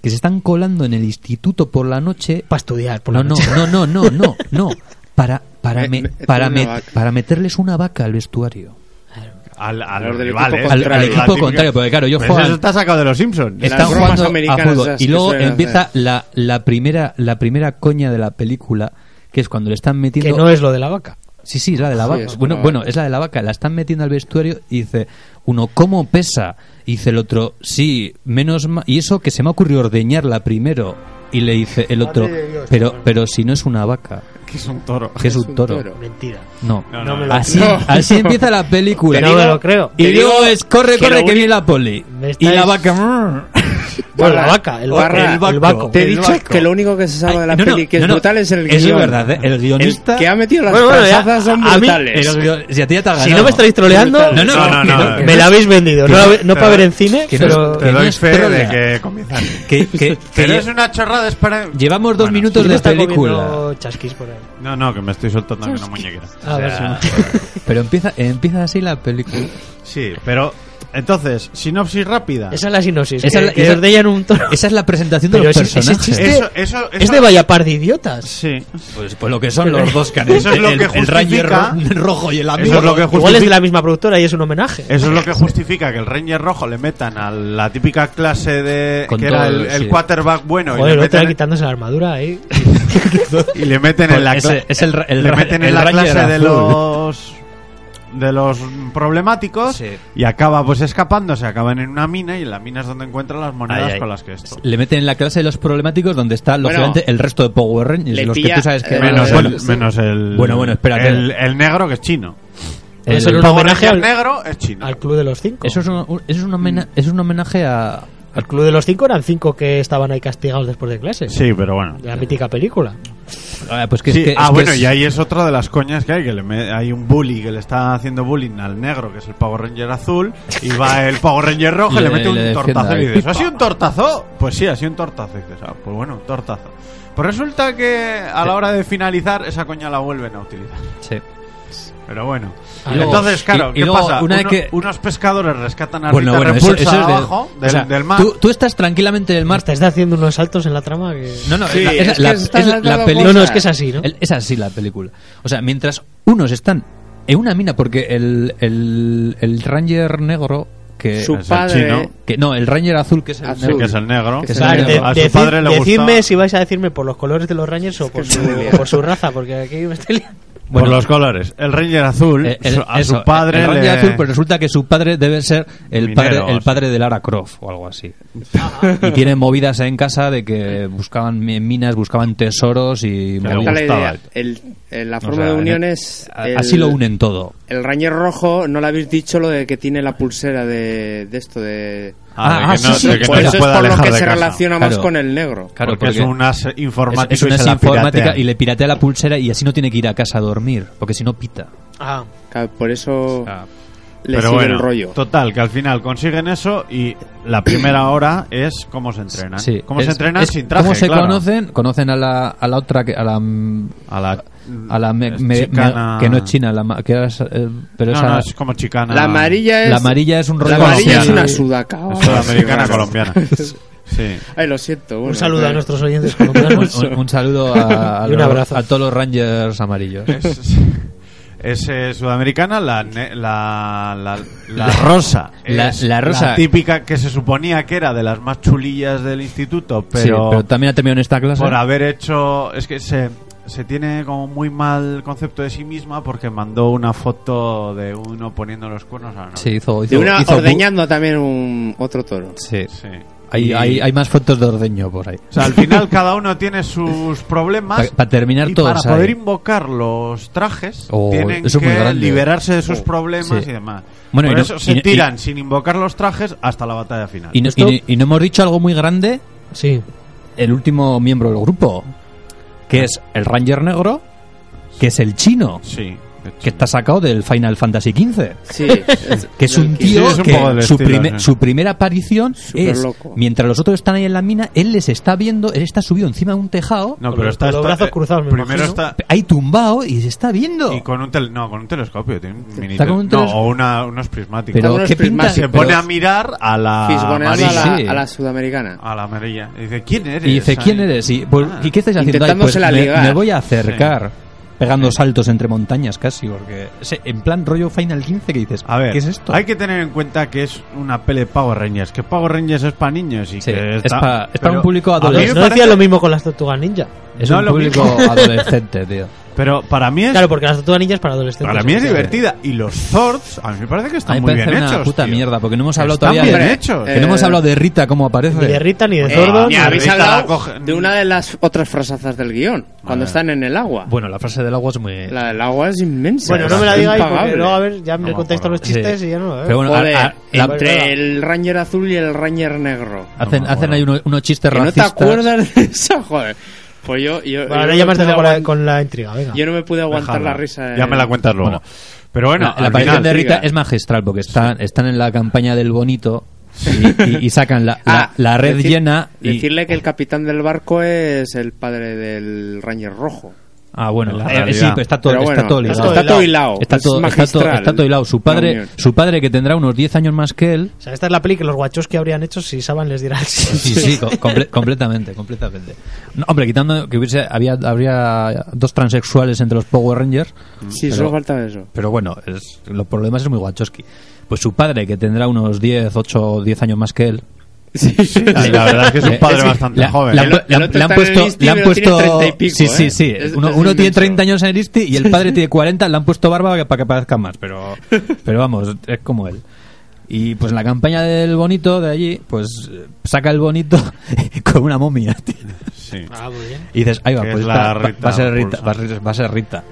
E: que se están colando en el instituto por la noche.
F: Para estudiar, por
E: No,
F: la
E: no,
F: noche.
E: no, no, no, no, no. Para, para,
G: Eh,
E: me-
G: me-
E: para,
G: una
E: met-
G: vaca.
E: para meterles una vaca al vestuario.
D: Al, al,
G: Al del equipo
D: rival, ¿eh?
E: Al, al
G: Contrario.
E: equipo
D: La típica-
E: contrario, porque claro, yo
D: Pues
E: juego
D: Eso está sacado de los Simpsons.
G: Las
E: están
G: bromas
E: jugando a
G: americanas
E: fútbol
G: esas
E: y
G: que
E: luego
G: suelen
E: empieza
G: hacer.
E: la, la primera la primera coña de la película que es cuando le están metiendo
F: Que no es lo de la vaca.
E: sí sí es la de la
G: Sí,
E: vaca
G: es
E: bueno
G: una
E: bueno
G: vaca.
E: es la de la vaca la están metiendo al vestuario y dice uno cómo pesa y dice el otro sí menos ma- y eso que se me ocurrió ordeñarla primero y le dice el otro pero pero si no es una vaca
D: Que es un toro.
E: que es un
G: un
E: toro
G: toro.
F: Mentira.
E: no
D: No, no, no.
E: así
G: No.
E: así empieza la película
F: Que no me lo creo.
E: y
G: Te digo
E: digo es corre
G: que
E: corre
G: lo
E: que
G: uni-
E: viene la poli
F: Me
E: y la
F: estáis-
E: vaca "Mmm".
F: Bueno, la
G: Barra-
F: vaca, el,
G: Barra-
F: vaca, el,
G: el
F: vaco.
G: Te he dicho que lo único que se
E: Ay,
G: salva de la
E: no, no,
G: peli que es
E: no, no.
G: brutal es el guion.
E: Eso es verdad, ¿eh? el guionista.
G: que ha metido las
F: Bueno, bueno, ya,
G: pasazas son
F: a- a mí-
G: brutales.
E: el guion- si a ti ya te ha
F: Si
E: ganado.
F: Ah, no me estáis troleando,
E: No,
D: No,
E: no,
D: no,
E: que
D: no,
E: que
F: me la habéis vendido. No, la ve- no para ver en cine,
E: que no es-
F: pero.
E: que
D: Te
E: no
D: doy
E: es
D: fe de
E: trolea.
D: que comienzan.
E: que- que- que
D: Pero
E: lle-
D: es una chorrada, es para...
E: Llevamos dos
D: Bueno,
E: minutos
F: ¿Quién
E: de
F: está
E: película.
F: comiendo chasquis por ahí?
D: No, no, que me estoy soltando una muñequera.
F: Ah,
D: O
F: vale.
D: sea,
E: Pero empieza, empieza así la película.
D: Sí, pero... Entonces, sinopsis rápida.
F: Esa es la sinopsis.
E: Esa
F: que,
E: es la-
F: que
E: esa-
F: ordeñan un toro.
E: Esa es la presentación de
F: Pero
E: los
F: ese- ese
E: personajes.
F: chiste-
D: Eso, eso,
F: Es
D: eso-
F: de vaya par de idiotas.
D: Sí.
E: Pues, pues lo que son los dos que han
D: Eso es
E: hecho,
D: lo
E: el,
D: que
E: el Ranger
D: justifica-
E: ro- rojo y el amigo.
D: Eso es lo que
F: Igual es de
D: justifica...
F: la misma productora y es un homenaje.
D: Eso es lo que justifica que el Ranger Rojo le metan a la típica clase de...
E: Con
D: que era
E: todo,
D: el, el
E: sí.
D: quarterback bueno
F: Joder,
D: y,
F: el
D: le
F: otro
D: meten,
F: quitándose la armadura ahí.
D: y le meten en la
E: Pues Ese-
D: clase...
E: es el ra- el
D: le
E: ra-
D: meten en
E: el
D: la
E: Ranger
D: clase de
E: azul.
D: los... De los problemáticos
E: Sí.
D: y acaba pues escapándose, acaban en una mina y en la mina es donde encuentran las monedas
E: Ay, ay.
D: con las que esto.
E: Le meten en la clase de los problemáticos donde está,
G: Bueno,
E: lógicamente, el resto de Power Rangers.
G: le
E: Los que
G: pilla,
E: tú sabes que
G: eh,
D: Menos,
E: bueno,
D: el, menos el.
E: Bueno, bueno, espera, que-
D: El, el negro que es chino.
E: el-
F: Eso era un
D: Power
F: homenaje
D: Ranger
F: al,
D: negro es chino.
F: al Club de los Cinco.
E: Eso es un, un- eso es un homena-
D: Mm.
E: es un homenaje a,
F: Al Club de los Cinco eran cinco que estaban ahí castigados después de clase.
D: Sí, pero bueno.
F: La mítica película.
E: Ah, pues que
D: Sí,
E: es que,
D: ah,
E: es que
D: bueno,
E: es-
D: y ahí es otra de las coñas que hay, que le me- hay un bully que le está haciendo bullying al negro, que es el Power Ranger azul, y va el Power Ranger rojo y le
E: Le-
D: mete
E: le
D: un
E: defiende ¿eh?
D: tortazo y
E: ahí.
D: dices, ¿ha sido un tortazo? Pues sí, ha sido un tortazo. Y dices, ah, pues bueno, un tortazo. Pues resulta que a
E: Eh.
D: la hora de finalizar, esa coña la vuelven a utilizar.
E: Sí.
D: Pero bueno.
E: Y luego-
D: Entonces, claro,
E: y- y
D: ¿qué
E: luego,
D: pasa?
E: una vez
D: Uno-
E: que-
D: Unos pescadores rescatan a
E: Bueno,
D: Rita
E: bueno, eso,
D: Repulsa
E: eso es de,
D: abajo
E: o
D: del,
E: sea,
D: del mar.
E: Tú, tú estás tranquilamente en el mar.
F: Marta, está haciendo unos saltos en la trama que.
E: No, no,
G: Sí,
E: es la- es
G: es que
E: la-
G: se están
E: es la- la
G: saltando
E: peli-
F: No, no,
G: cosas.
F: es que es así, ¿no?
E: El- es así la película. O sea, mientras unos están en una mina, porque el, el, el Ranger negro que,
G: Su
D: el
G: padre
D: chino.
E: que- No, el Ranger azul que es el
G: Azul.
E: negro.
D: que es el negro.
G: Que es
E: el
F: Vale,
E: negro.
F: de-
D: a su
F: decid-
D: padre le
F: decidme
D: gusta-
F: si vais a decirme por los colores de los Rangers o por
G: que es
F: su,
G: muy bien.
F: por su raza, porque aquí me estoy liando.
E: Bueno,
D: por los colores. El Ranger azul,
E: eh, el-
D: su- a
E: eso,
D: su padre
E: el Ranger
D: le-
E: azul, pues resulta que su padre debe ser el padre,
D: Minero,
E: el
D: sí.
E: padre de Lara Croft o algo así. y tiene movidas en casa de que buscaban mi- minas, buscaban tesoros y
D: Pero
E: movidas.
G: Esta es la idea.
D: gustaba.
G: El- el- la
E: O
G: forma
E: sea,
G: de unión
E: en-
G: es.
E: a-
G: el-
E: Así lo unen todo.
G: El Ranger Rojo, no le habéis dicho lo de que tiene la pulsera de, de esto, de.
D: de
E: Ah,
D: que
E: ah, sí,
D: no-
E: sí,
D: de que
G: Por
D: no
G: eso
D: se
G: es
D: pueda
G: por lo
D: alejar
G: que
D: de
G: se
D: casa.
G: relaciona más
E: Claro.
G: con el negro.
D: porque,
E: Claro,
D: es
E: porque-
D: una informática
E: es, es una es informática y le piratea la pulsera y así no tiene que ir a casa a dormir, porque si no pita.
F: Ah,
G: Claro, Por eso.
E: O sea,
G: le
D: Pero
G: sigue
D: bueno,
G: el rollo.
D: Total, que al final consiguen eso y la primera hora es cómo se entrenan.
E: Sí,
D: Cómo
E: es-
D: se entrenan
E: es
D: sin traje,
E: ¿Cómo se
D: claro.
E: conocen? Conocen a la, a la otra, que- a la, mm,
D: A la,
E: a la me-
D: es
E: me-
D: chicana-
E: me- que no es china, la, ma- que era esa- eh, pero
D: No,
E: esa-
D: no, es como chicana.
G: La amarilla es.
E: la amarilla es un
G: la
E: rollo
G: amarilla es
E: colombiano.
G: una sudaca.
D: es sudamericana colombiana. Sí.
G: Ay, lo siento.
F: Un
G: bueno,
F: saludo
G: eh,
F: a nuestros oyentes
E: Un,
F: colombianos.
E: un- un saludo a, a
F: Y un
E: los-
F: abrazo.
E: a todos los Rangers amarillos.
D: Es, es, eh, sudamericana, la, ne- la, la, la rosa.
E: la-
D: Es
E: la rosa.
D: típica que se suponía que era de las más chulillas del instituto,
E: Sí, pero también ha terminado en esta clase.
D: por haber hecho es que se se tiene como muy mal concepto de sí misma porque mandó una foto de uno poniendo los cuernos a la novia.
E: Sí, hizo, hizo,
G: De una
E: hizo bu-
G: ordeñando también un otro toro.
E: Sí.
D: Sí.
E: Hay,
D: Y-
E: hay, hay más fotos de ordeño por ahí.
D: o sea, al final cada uno tiene sus problemas.
E: Pa- pa terminar
D: y
E: todos
D: Para poder
E: ahí.
D: invocar los trajes,
E: Oh,
D: tienen
E: eso es muy
D: que
E: grande.
D: liberarse de sus
E: Oh,
D: problemas
E: sí.
D: y demás.
E: Bueno,
D: Por
E: y no-
D: eso
E: y no-
D: se
E: y-
D: tiran sin invocar los trajes hasta la batalla final.
E: Y no, y
F: Esto-
E: no- y no hemos dicho algo muy grande,
F: Sí.
E: el último miembro del grupo, que es el Ranger Negro, que es el chino,
D: Sí. de hecho.
E: que está sacado del Final Fantasy XV.
G: Sí. es-
E: Que es un
D: Sí,
E: tío
D: es un
E: que
D: poco del
E: su,
D: estilo,
E: prime-
D: sí.
E: su primera aparición es
G: Superloco.
E: mientras los otros están ahí en la mina, él les está viendo, él está subido encima de un tejado,
D: No,
F: Con
D: pero
F: los-
D: está,
F: con los
D: está-
F: brazos
D: eh,
F: cruzados, me
D: Primero
F: imagino.
D: está
E: ahí tumbado y se está viendo.
D: Y con un, tel- no, con un telescopio. Tiene un mini
E: Está con un
D: tel-
E: teles-
D: No, o una, unos prismáticos.
E: pero
G: Con unos
E: qué pinta
G: prismas-
D: se
E: pero-
D: pone a mirar a la
G: Fisgoneando
D: amarilla.
G: a la,
E: Sí.
G: a la sudamericana.
E: Ah,
D: A la amarilla. Y dice, ¿quién eres?
E: y dice, ¿quién
D: Ay.
E: eres? Y, pues,
D: Ah.
E: ¿y qué estáis haciendo ahí? Pues,
G: Intentándosela
E: me,
G: ligar.
E: me voy a acercar. Pegando saltos entre montañas casi, porque ese- en plan rollo Final 15 que dices,
D: A ver,
E: ¿qué es esto?
D: hay que tener en cuenta que es una pele Power Rangers. Que Power Rangers es para niños y
E: Sí,
D: que
E: es
D: está-
E: pa- es pa
D: pero
E: un público
D: a mí me
E: adolescente.
F: No
D: parece-
F: decía lo mismo con las tortugas ninja.
E: Es
D: No
E: un
D: lo
E: público
D: mismo.
E: adolescente, tío.
D: Pero para mí es,
F: Claro, porque las tortugas ninja es para adolescentes.
D: para mí es
F: Sí.
D: divertida. Y los Zords, a mí me parece que
E: A mí
D: están
E: me
D: muy bien
E: parece una
D: hechos.
E: puta
D: tío.
E: mierda, porque no hemos hablado
D: Están
E: todavía
D: bien
E: de,
D: hechos.
E: que no hemos
G: Eh,
E: hablado de Rita cómo
F: Ni de
E: aparece.
F: Rita ni de
G: Eh,
F: Zordo.
G: ni
F: ni de-
G: habéis
D: Rita la
G: hablado
D: coge-
G: de una de las otras frasazas del guión, cuando están en el agua.
E: Bueno, la frase del agua es muy...
G: La del agua es inmensa.
F: Bueno,
G: es
F: no me la digáis porque
G: impagable.
F: luego a ver, ya me
D: No me
F: contáis todos los
E: acuerdo.
F: chistes
E: Sí.
F: y ya no. eh.
E: Pero bueno, a-
G: Joder,
E: a- la-
G: entre el Ranger azul y el Ranger negro.
E: hacen,
D: No,
E: hacen
D: bueno.
E: ahí uno- unos chistes
G: ¿Que no te
E: racistas.
G: acuerdas de esa? Joder. Pues yo. yo yo
F: Bueno, ahora
G: no
F: ya
G: me
F: me has
G: pude
F: dejado con la,
G: aguant-
F: con la intriga, venga.
G: Yo no me pude aguantar
D: Déjala.
G: la risa. eh.
D: Ya
G: en-
D: me la cuentas luego. Pero bueno,
E: La- la
D: al
E: aparición
D: final-
E: de Rita
G: Siga.
E: es magistral porque están, están en la campaña del bonito y, y- y sacan la, la-
G: Ah,
E: la red
G: decir-
E: llena y...
G: Decirle que el capitán del barco es el padre del Ranger rojo.
E: Ah, bueno,
D: La
E: eh,
D: realidad.
E: sí, pero está todo,
G: Pero
E: está
G: bueno,
E: todo
G: está
E: ligado.
G: todo
E: Está,
G: hilado. Es
E: todo, está, todo,
G: magistral
E: está todo hilado. Su
G: la
E: padre,
G: unión.
E: su padre que tendrá unos 10 años más que él.
F: O sea, esta es la peli que los guachos que habrían hecho si Saban les diera el
E: Sí, sí, co- comple- completamente, completamente. No, hombre, quitando que hubiese, había, habría dos transexuales entre los Power Rangers,
G: Sí,
E: Mm, Pero-
G: solo falta eso.
E: pero bueno, es, los problemas es muy guachoski. Pues su padre, que tendrá unos 10, 8, 10 años más que él,
D: Y la verdad es que es un
E: Eh,
D: padre
E: sí.
D: bastante
E: La-
D: joven.
E: la-
G: El o-
E: la-
G: el otro
E: le han
G: está en el
E: puesto.
G: ISTI,
E: Le han
G: pero tiene
E: puesto
G: 30 y pico,
E: sí, sí,
G: ¿eh?
E: sí.
G: Es-
E: uno
G: es
E: uno tiene
G: inmenso.
E: 30 años en el ISTI y el padre tiene 40. Le han puesto barba para que- para que parezca más, pero, pero vamos, es como él. Y pues en la campaña del bonito de allí, pues eh, saca el bonito con una momia. tío.
D: Sí.
F: Ah, muy bien.
E: Y dices, ahí va,
D: Que
E: pues
D: es
E: esta-
D: la
E: va,
D: Rita
E: va a ser Rita.
D: Repulsa.
E: Va a ser, va a ser Rita.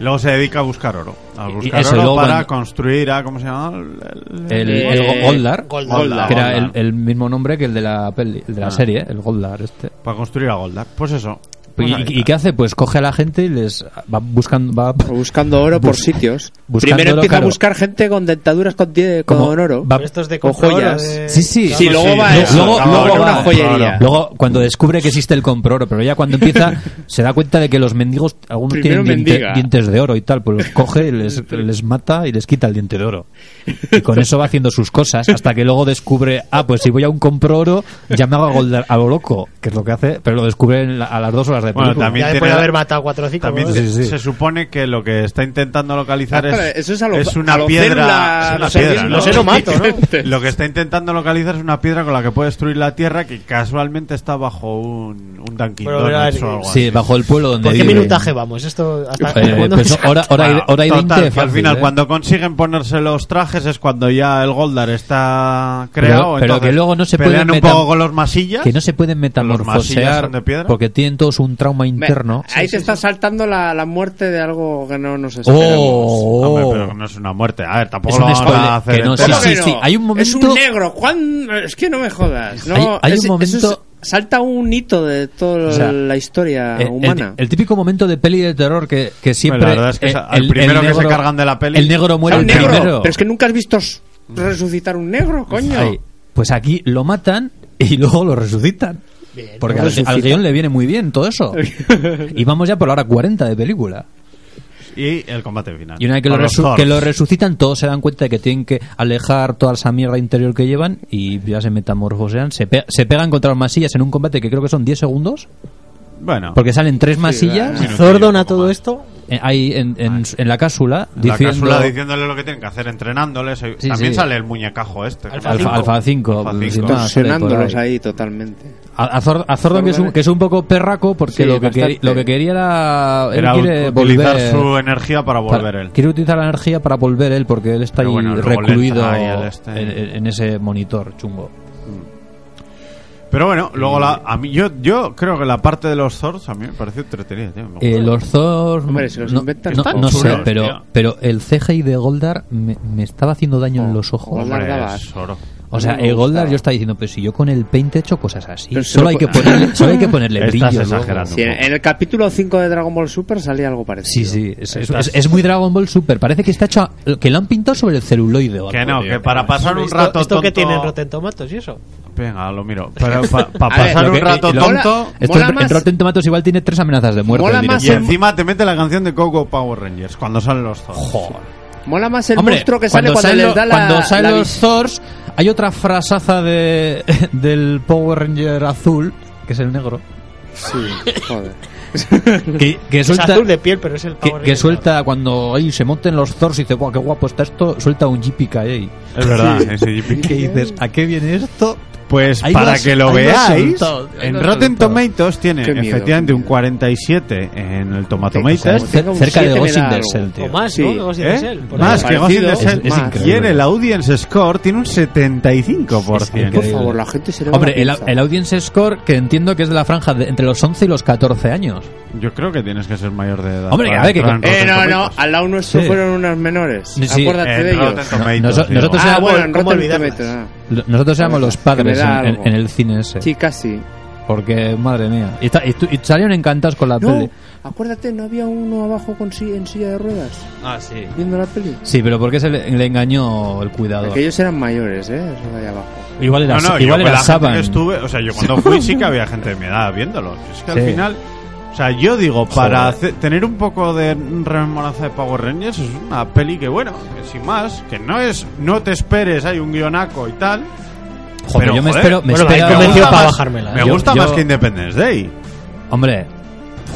D: Luego se dedica a buscar oro. A
E: Y- y
D: buscar
E: eso, y
D: oro
E: luego
D: para
E: cuando-
D: construir a. ¿Cómo se llama? El-
E: El,
G: Eh,
E: el Go- Goldar,
G: Goldar.
E: que era el,
D: Goldar.
E: el mismo nombre que el de la, peli, el de la
D: Ah.
E: serie, el Goldar este.
D: Para construir a Goldar. Pues eso.
E: ¿Y,
D: Pues
E: y- y qué hace? Pues coge a la gente y les va buscando, va
G: O buscando oro por
E: Bus-
G: sitios.
E: buscando
G: Primero
E: oro,
G: empieza
E: claro.
G: a buscar gente con dentaduras con, die- con
E: Como
G: oro.
E: va-
F: Pero esto es de
G: O
F: comprar oro,
G: joyas.
F: de-
E: Sí, sí.
G: Sí, luego va
E: Luego-
G: eso.
E: luego-
G: luego
E: luego
G: una
E: va-
G: joyería.
E: Luego, cuando descubre que existe el comproro, pero ya cuando empieza, se da cuenta de que los mendigos, algunos
G: Primero
E: tienen diente-
G: mendiga.
E: dientes de oro y tal, pues los coge, y les, les mata y les quita el diente de oro. Y con eso va haciendo sus cosas, hasta que luego descubre, ah, pues si voy a un comproro, ya me hago a, Goldar- a lo loco, que es lo que hace, pero lo descubre en la- a las dos horas de
D: Bueno,
E: película.
D: también
F: ya
D: tiene
F: después de
D: la-
F: haber matado cuatro o cinco.
D: También
F: ¿no?
D: se,
E: Sí, sí.
D: se supone que lo que está intentando localizar es,
G: Claro, eso es a lo-
D: una
G: a lo
D: piedra.
G: célula-
D: es una
G: no sé,
D: piedra,
G: no
D: ¿no?
G: sé, no mato, ¿no?
D: Lo que está intentando localizar es una piedra con la que puede destruir la tierra que casualmente está bajo un, un Dunkin'
F: Pero, pero, a ver,
D: Donuts o algo
E: Sí,
D: así.
E: bajo el pueblo donde
F: ¿Por qué
E: vive.
F: minutaje vamos? Esto hasta
E: Eh,
F: ¿cuándo
E: pues
F: empieza?
E: hora, hora,
D: Bueno,
E: y- hora y
D: total,
E: 20
D: que al
E: fácil,
D: final
E: ¿eh?
D: cuando consiguen ponerse los trajes es cuando ya el Goldar está
E: Pero-
D: creado
E: pero
D: entonces
E: que luego no se
D: pelean
E: pueden
D: un
E: metam-
D: poco con los masillas
E: que no se pueden
D: masillas son de
E: metamorfosear
D: piedra.
E: porque tienen todos un trauma
G: Me-
E: interno.
G: Ahí te está saltando la, la muerte de algo que no nos esperamos.
E: Oh,
D: Hombre, pero no es una muerte a ver tampoco
E: Es
D: lo
E: un
D: vamos
E: spoiler,
D: a hacer
E: que no,
D: entero.
G: ¿Cómo
E: sí,
G: que
E: sí, sí. Hay un
G: Es
E: momento-
G: un negro. ¿Cuán- Es que no me jodas. No,
E: hay hay
G: es-
E: un
G: eso
E: momento
G: salta un hito de toda
E: O sea,
G: la historia
E: Eh, El- el-
G: humana.
E: El, típico momento de peli de terror que, que siempre.
D: Bueno, la verdad es que
E: eh,
D: es al primero que se cargan de la peli.
E: El negro muere
G: ¡Ah, un
E: el
G: negro!
E: primero.
G: Pero es que nunca has visto s- resucitar un negro, coño.
E: Ahí. Pues aquí lo matan y luego lo resucitan. Porque
G: lo
E: al,
G: resucitan.
E: al guión le viene muy bien todo eso. y vamos ya por la hora 40 de película.
D: Y el combate final.
E: Y una vez que lo,
D: Con los
E: resu-
D: Thors.
E: que lo resucitan, todos se dan cuenta de que tienen que alejar toda esa mierda interior que llevan y ya se metamorfosean. Se, pe- se pegan contra las masillas en un combate que creo que son 10 segundos.
D: Bueno,
E: Porque salen tres masillas
D: Minutillo,
F: Zordon a
D: poco
F: todo
D: más.
F: esto.
E: eh, ahí en, en- en la cápsula
D: la
E: diciendo.
D: cápsula diciéndole lo que tienen que hacer, entrenándoles. eh,
E: Sí,
D: También
E: sí.
D: sale el muñecajo este.
F: Alfa
E: Alfa, Alfa 5.
D: Alfa
E: sin
D: 5.
E: más, sale por
G: Torsionándolos
E: ahí.
G: ahí totalmente.
E: A, a Zord- a Zordon, que es, un, que es un poco perraco, porque
G: Sí,
E: lo, que
G: bastante.
E: quer- lo que quería era. Él
D: Era
E: quiere
D: utilizar
E: volver.
D: su energía para
E: para-
D: volver él.
E: Quiere utilizar la energía para volver él, porque él está
D: Pero
E: ahí
D: bueno, luego le
E: recluido
D: entra ahí al este.
E: en, en- en ese monitor chungo.
D: Pero bueno, luego la, a mí, yo, yo creo que la parte de los Thors a mí me pareció entretenida. tío, me gustó.
E: Eh, los Thor.
G: Hombre, se los
E: no,
G: inventan
E: no,
G: todos.
E: no sé,
D: Chulos, tío.
E: pero, pero el CGI de Goldar me, me estaba haciendo daño en los ojos.
G: Oh, Goldar.
D: Hombre,
G: Largabas.
D: es oro.
E: O sea,
G: No me
E: el Goldar
G: gustaba.
E: yo estaba diciendo, pero si yo con el paint he hecho cosas así.
G: Pero se
E: solo,
G: lo
E: hay
G: po-
E: que ponerle, solo hay que ponerle
D: Estás
E: brillo. luego.
D: exagerando.
G: Sí, en, en el capítulo 5 de Dragon Ball Super salía algo parecido.
E: pues. Sí, sí, es, es-
D: Estás-
E: es- es muy Dragon Ball Super. Parece que está hecho. a- que lo han pintado sobre el celuloide. o
D: Que
E: algo.
D: no, que para pasar un
F: ¿Esto-
D: rato
F: ¿Esto que
D: tonto-
F: tiene Rotten Tomatoes y eso?
D: Venga, lo miro. Pero para
G: A ver,
D: pasar
G: lo
D: un
G: que-
D: rato
G: lo-
D: tonto.
E: eh, Esto
G: Mola
E: en- en
G: más-
E: Rotten Tomatoes igual tiene tres amenazas de muerte.
G: Mola
E: el
G: más
D: Y
E: director.
G: en-
D: encima te mete la canción de Coco Power Rangers cuando salen los Thor.
G: Mola más el
E: Hombre,
G: monstruo que sale
E: cuando
G: cuando,
E: salen
G: les
E: lo-
G: da la.
E: cuando salen
G: la
E: los
G: vis-
E: Thors, hay otra frasaza de, del Power Ranger azul, que es el negro,
G: Sí, joder.
E: que, que
F: Es
E: suelta...
F: azul de piel, pero es el
E: que,
F: Power
E: que
D: eh.
F: Ranger.
E: suelta cuando ay, se monten los Thors y dice, "Buah, qué guapo está esto", suelta un JPKA.
D: Es verdad, ese
E: Y que dices, ¿a qué viene esto?
D: Pues
E: Ahí lo
D: para
E: has-
D: que lo
E: ahí lo has
D: veáis,
E: soltado, ahí lo
D: en
E: has
D: Rotten
E: soltado.
D: Tomatoes tiene
G: Qué miedo,
D: efectivamente
G: qué
D: un
G: miedo.
D: 47 en el Tomatometer.
G: Como tenga un
E: cerca de
G: siete me
E: Ghost
G: da
E: in the
G: algo.
E: Shell, tío.
F: O más,
G: Sí.
F: ¿no? Algo así
D: ¿Eh?
F: de Shell, por
D: Más
F: ahí.
D: que Ghost in the
G: Parecido.
D: Shell.
E: Es- es
D: y en
E: increíble.
D: el audience score tiene un
G: Por
D: 75%.
E: increíble.
G: favor, la gente se le va
E: Hombre,
G: la
E: el,
G: pinza.
E: el audience score que entiendo que es de la franja de entre los 11 y los 14 años.
D: Yo creo que tienes que ser mayor de edad.
E: Hombre,
D: para
E: a ver, que-
D: entrar en
G: Eh,
D: Rotten
G: no, no,
D: Tomatoes.
G: al lado nuestro
E: Sí.
G: fueron unos menores.
E: Sí.
G: Acuérdate
D: En
G: de ellos.
D: Rotten Tomatoes,
E: Noso-
D: digo.
E: nosotros
G: Ah,
E: éramos-
G: bueno, en
F: ¿cómo
G: Rotten
F: olvidarlas?
G: Tomatoes, ah.
E: Lo- Nosotros éramos los padres
G: Que me da
E: en, en-
G: algo.
E: en el cine ese.
G: Sí, casi.
E: Porque, madre mía. Y, está- y tu- y salieron encantados con la
G: No,
E: tele.
G: acuérdate, no había uno abajo con si- en silla de ruedas
E: Ah, sí.
G: viendo la peli.
E: Sí, pero porque se le, le engañó el cuidador?
G: Aquellos eran mayores, ¿eh? Eso de ahí abajo.
E: Igual era,
D: No, no,
E: igual
D: yo con
E: era
D: la gente
E: Saban.
D: que estuve, o sea, yo cuando fui sí que había gente de mi edad viéndolo. Es que al
E: Sí.
D: final, o sea, yo digo, para
E: Joder.
D: hacer- tener un poco de rememoranza de Power Rangers es una peli que bueno, que sin más, que no es no te esperes, hay un guionaco y tal.
E: Joder,
D: pero,
E: yo me
D: joder,
E: espero. Me
F: bueno, me
E: esperaba-
F: he convencido
D: gusta
F: para
D: más-
F: bajármela.
D: Me
F: ¿eh?
E: Ah, Yo-
D: gusta
E: yo-
D: más que Independence Day.
E: Hombre.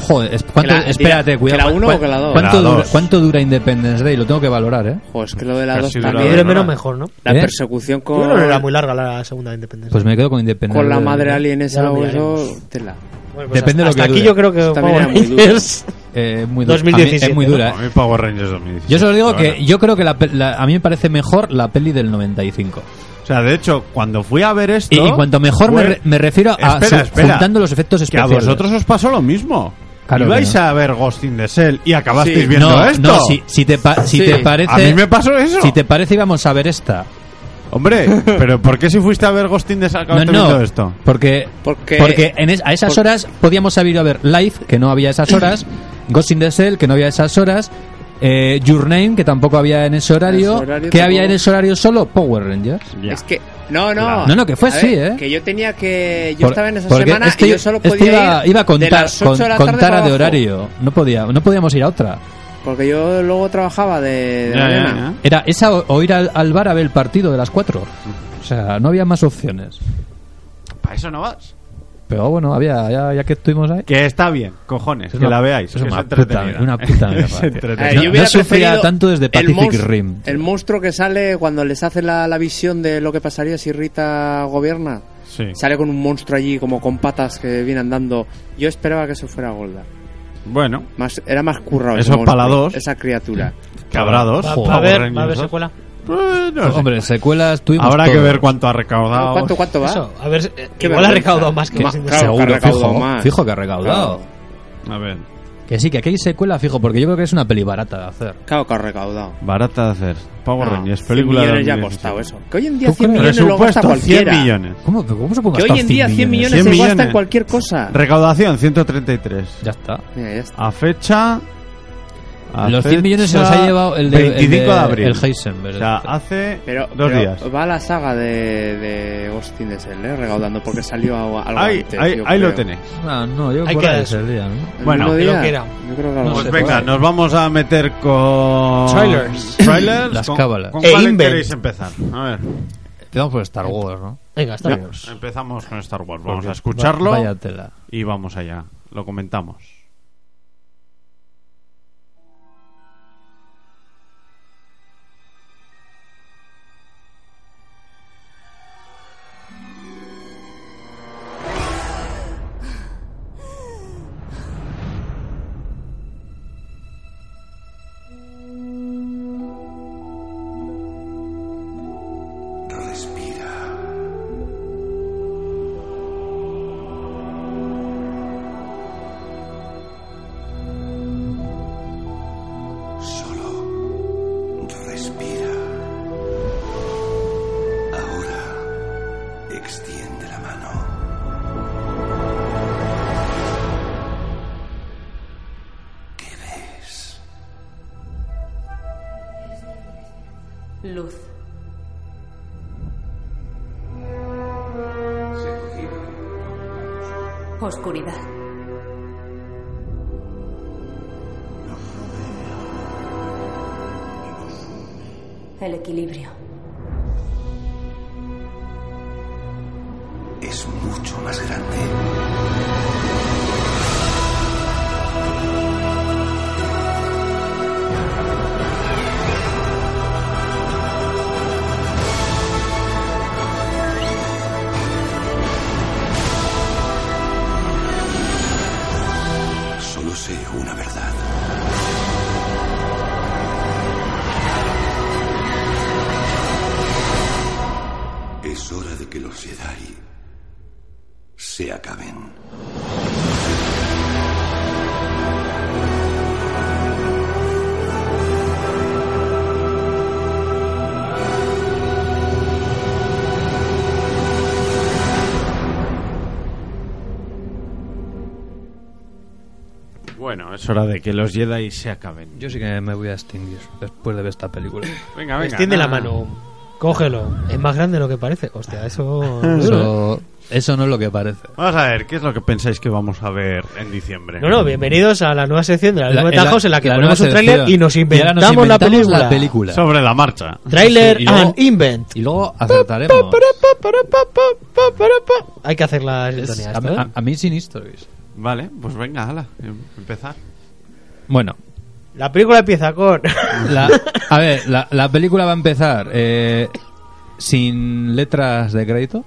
E: Joder, es- ¿cuánto-
G: Que la-
E: espérate,
G: que
E: cuidado.
G: la uno
E: ¿cuán-
G: o que la dos?
E: ¿cuánto,
D: La
E: dura,
D: dos.
E: ¿Cuánto dura Independence Day? Lo tengo que valorar, ¿eh?
G: Ojo, es que lo de la
D: Casi
G: 2
D: dura
F: Que
G: también.
F: dure
D: Claro,
F: menos
D: claro.
F: mejor, ¿no?
G: La
E: ¿Eh?
G: persecución
F: Yo creo que era
G: con,
F: muy larga la segunda de Independencia.
E: Pues me quedo con Independence
G: con la
E: Day.
G: madre alien
F: Ya
G: esa o
F: lo
G: eso,
F: miraremos.
G: tela.
F: Bueno,
E: Depende de lo
F: hasta
E: que
F: aquí
E: dure.
F: yo creo
G: Eso
F: que
G: también
F: Power
G: era muy duro.
F: Rangers-
E: Eh, muy dura. A mí
F: 2017,
E: es muy dura. eh.
D: A mí Power Rangers 2017.
E: Yo solo digo
D: pero
E: que
D: bueno.
E: yo creo que la, pe- la- a mí me parece mejor la peli del 95.
D: o sea, de hecho, cuando fui a ver esto
E: Y, y cuanto mejor me,
D: fue-
E: re- me refiero a
D: Pues, Espera,
E: su-
D: espera.
E: juntando los efectos
D: que a
E: especiales.
D: vosotros os pasó lo mismo.
E: Claro
D: Ibais
E: que no.
D: a ver Ghost in the Shell y acabasteis
G: Sí.
D: viendo
E: no,
D: esto.
E: no, si, si te pa- si
G: Sí.
E: te
D: A mí
E: parece
D: me pasó eso.
E: si te parece íbamos a ver esta.
D: Hombre, pero ¿por qué si fuiste a ver Ghosting de
E: No,
D: acabaste
E: no,
D: viendo esto?
E: porque
D: Eh,
G: Porque-
E: porque en es- a esas
G: por-
E: horas podíamos haber ido a ver Live que no había esas horas, Ghost in the Shell que no había esas horas, eh, Your Name que tampoco había en ese horario,
G: ese horario
E: que había en
G: tampoco.
E: ese horario solo Power Rangers.
G: Es que. No, no.
E: No, no, que fue
G: A
E: así,
G: ver,
E: ¿eh?
G: Que yo tenía que. Yo
E: Por-
G: estaba en esa
E: porque
G: semana
E: es que
G: y yo solo
E: es que
G: podía.
E: iba,
G: ir
E: iba a
G: de
E: contar
G: las 8
E: con-
G: de la
E: con
G: tarde
E: tara
G: para
E: de
G: abajo,
E: horario, no podía no podíamos ir a otra.
G: Porque yo luego trabajaba de. de
D: Ya, ya,
G: mañana.
D: ya.
E: Era esa o, o ir al, al bar a ver el partido de las cuatro. O sea, no había más opciones.
D: Para eso no vas.
E: Pero bueno, había, ya, ya que estuvimos ahí.
D: Que está bien, cojones,
E: Es
D: que
E: una-
D: la veáis.
E: es
D: que
E: una
D: entretenida.
E: puta- una puta mierda.
D: Es entretenida.
E: Eh,
G: Eh,
E: No-
G: yo hubiera
E: no sufría
G: preferido
E: tanto desde
G: el
E: Pacific
G: monstruo-
E: Rim.
G: El monstruo que sale cuando les hace la, la visión de lo que pasaría si Rita gobierna.
D: Sí.
G: Sale con un monstruo allí como con patas que viene andando. Yo esperaba que eso fuera Golda.
D: Bueno,
G: Más, era más currado. ese
D: Eso
G: monstruo,
D: para dos.
G: Esa criatura.
D: que habrá dos.
F: Va-
D: Power
F: va a ver,
D: Rangers
F: va a ver
D: dos.
F: secuela.
D: Pues no sé.
E: Hombre, secuelas tuvimos
D: habrá que
E: todo.
D: ver cuánto ha recaudado.
G: ¿Cuánto, cuánto va?
F: Eso, a ver, eh,
G: Qué
F: igual ha
G: vergüenza.
F: recaudado más que
G: Ma-
F: Sin
G: claro,
F: Deseo.
G: que ha
E: Seguro,
G: recaudado
E: fijo,
G: más.
E: fijo que ha recaudado.
D: A ver.
E: Que
A: Que sí, que aquí hay secuela fijo, porque yo creo que es una peli barata de hacer.
G: Claro que ha recaudado.
D: Barata de hacer. Power
G: No,
D: Rangers,
G: 100
D: película de
G: millones ya ha
D: 2017.
G: costado eso. Que hoy en día
D: ¿Tú
G: 100
D: crees?
G: millones lo gasta
D: Presupuesto, 100
G: cualquiera.
D: millones.
A: ¿Cómo, pero cómo se puede
G: Que
A: gastar
G: hoy en día 100 millones,
D: 100
G: se gasta
D: millones.
G: en cualquier
D: Ah.
G: cosa.
D: Recaudación, 133.
A: Ya está.
G: Mira, ya está.
D: A fecha... a
A: Los 100 millones se
D: fecha
A: los ha llevado el de, el
D: 25 de, abril.
A: El Heisenberg. Ah,
D: O sea, hace
G: Pero,
D: dos
G: pero
D: días.
G: va la saga de, de Ghost in the Shell, ¿eh? Recaudando porque salió a- algo
D: Ahí,
G: antes,
D: ahí,
G: yo
D: ahí lo
G: creo.
D: tenéis.
A: Ah, no, yo
F: Hay
A: por
F: que
A: ahí
F: dar
A: es el día, ¿no?
G: ¿El
D: Bueno,
G: mismo
F: creo
G: día?
F: que era.
G: Yo creo que algo
D: Pues
G: así.
D: venga, nos vamos a meter con...
F: Trailers.
D: Trailers. Eh,
A: Las
D: ¿Con-
A: cábalas.
D: ¿Con
F: E
D: cuál
F: invent.
D: queréis empezar? A ver,
A: Empezamos por Star Wars, ¿no?
F: Venga, Star Wars.
D: empezamos con Star Wars. Vamos a escucharlo
A: Va- Vaya tela.
D: y vamos allá. Lo comentamos.
I: Respira. Solo respira. Ahora extiende la mano. ¿Qué ves?
H: Luz. Oscuridad. El equilibrio.
I: es mucho más grande. Solo sé una verdad. Es hora de que los Jedi se acaben.
D: Bueno, es hora de que los Jedi se acaben.
A: Yo sí que me voy a extinguir después de ver esta película.
D: Venga, Ah. venga.
F: Extiende
D: nada.
F: la mano. Cógelo. Es más grande de lo que parece. Hostia, eso.
A: Eso, eso no es lo que parece.
D: Vamos a ver, ¿qué es lo que pensáis que vamos a ver en diciembre?
F: No, no, bienvenidos a la nueva sección de la Lengua de
A: la-
F: Tajos en la que
A: la
F: ponemos un
A: nueva
F: tráiler
A: sección.
F: y nos
A: ahora
F: inventamos,
A: nos
F: la
A: inventamos
F: película.
A: la película.
D: Sobre la marcha.
F: Trailer
A: Sí, y luego-
F: and invent.
A: Y luego acertaremos.
F: Hay que hacer la
A: Es-
F: sintonía.
A: a,
F: esta, ¿eh?
A: a- a mí sin histories.
D: Vale, pues venga, ala, em- empezar.
A: Bueno,
F: La película empieza con.
A: la- a ver, la, la película va a empezar eh, sin letras de crédito.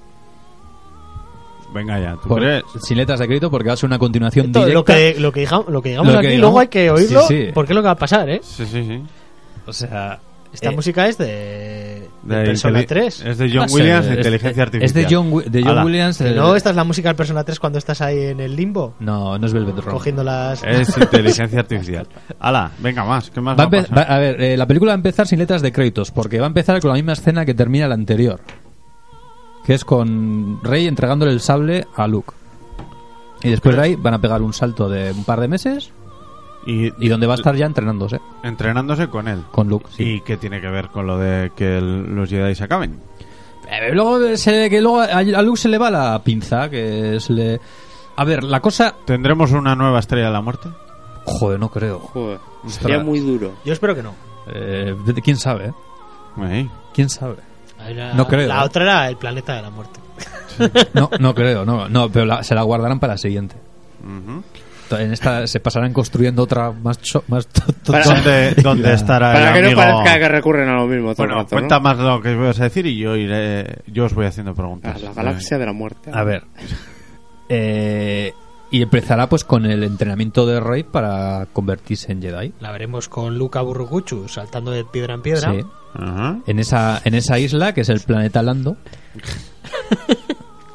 D: Venga ya, ¿tú
A: Por-
D: crees?
A: sin letras de crédito porque va a ser una continuación
F: Esto,
A: directa.
F: lo, que, lo, que digamos, lo que digamos
A: Lo que
F: aquí,
A: digamos-
F: luego hay que oírlo
A: Sí, sí.
F: porque es lo que va a pasar, ¿eh?
D: Sí, sí, sí.
A: O sea,
F: Esta
A: eh,
F: música es de. de
D: De
F: Persona
D: inteli-
F: 3.
D: Es de John
A: no sé,
D: Williams,
A: es-
D: Inteligencia
A: es-
D: Artificial.
A: Es de John, Wi- de John
D: Ala.
A: Williams.
F: Que
A: el-
F: no, esta es la música del Persona 3 cuando estás ahí en el limbo,
A: no, no es Velvet Rock.
F: cogiendo las.
D: Es Inteligencia Artificial. Ala, venga más, ¿qué más
A: Va
D: va
A: a,
D: a
A: empe-
D: pasar?
A: va- a ver, eh, la película va a empezar sin letras de créditos, porque va a empezar con la misma escena que termina la anterior. Que es con Rey entregándole el sable a Luke. Y después de ahí van a pegar un salto de un par de meses y donde va a estar ya entrenándose
D: entrenándose con él.
A: con Luke. sí.
D: ¿Y qué tiene que ver con lo de que el- los Jedi se acaben?
A: Eh, luego se- que luego a, a Luke se le va la pinza, que es le... A ver, la cosa...
D: ¿Tendremos una nueva estrella de la muerte?
A: Joder, no creo.
G: Joder,
A: Ostras.
G: sería muy duro.
F: Yo espero que no.
A: Eh, ¿Quién sabe? eh?
D: Ahí.
A: ¿Quién sabe?
F: Era-
A: No creo,
F: La
A: ¿eh?
F: otra era el planeta de la muerte.
A: No, no creo, no, no pero la- se la guardarán para la siguiente.
D: Ujú.
A: En esta se pasarán construyendo otra más cho- más to- to-
G: Para-
D: ¿Dónde, dónde estará
G: Para
D: el
G: que no
D: amigo?
G: parezca que recurren a lo mismo todo
D: Bueno,
G: el rato, ¿no?
D: cuenta más lo que vas a decir y yo iré, yo os voy haciendo
G: Ah,
D: preguntas.
G: la galaxia de la muerte.
A: A ver. Eh, y empezará pues con el entrenamiento de Rey para convertirse en Jedi.
F: La veremos con Luca Burrucuchu saltando de piedra en piedra.
A: Sí.
D: Ajá.
A: En esa, en esa isla, que es el planeta Lando,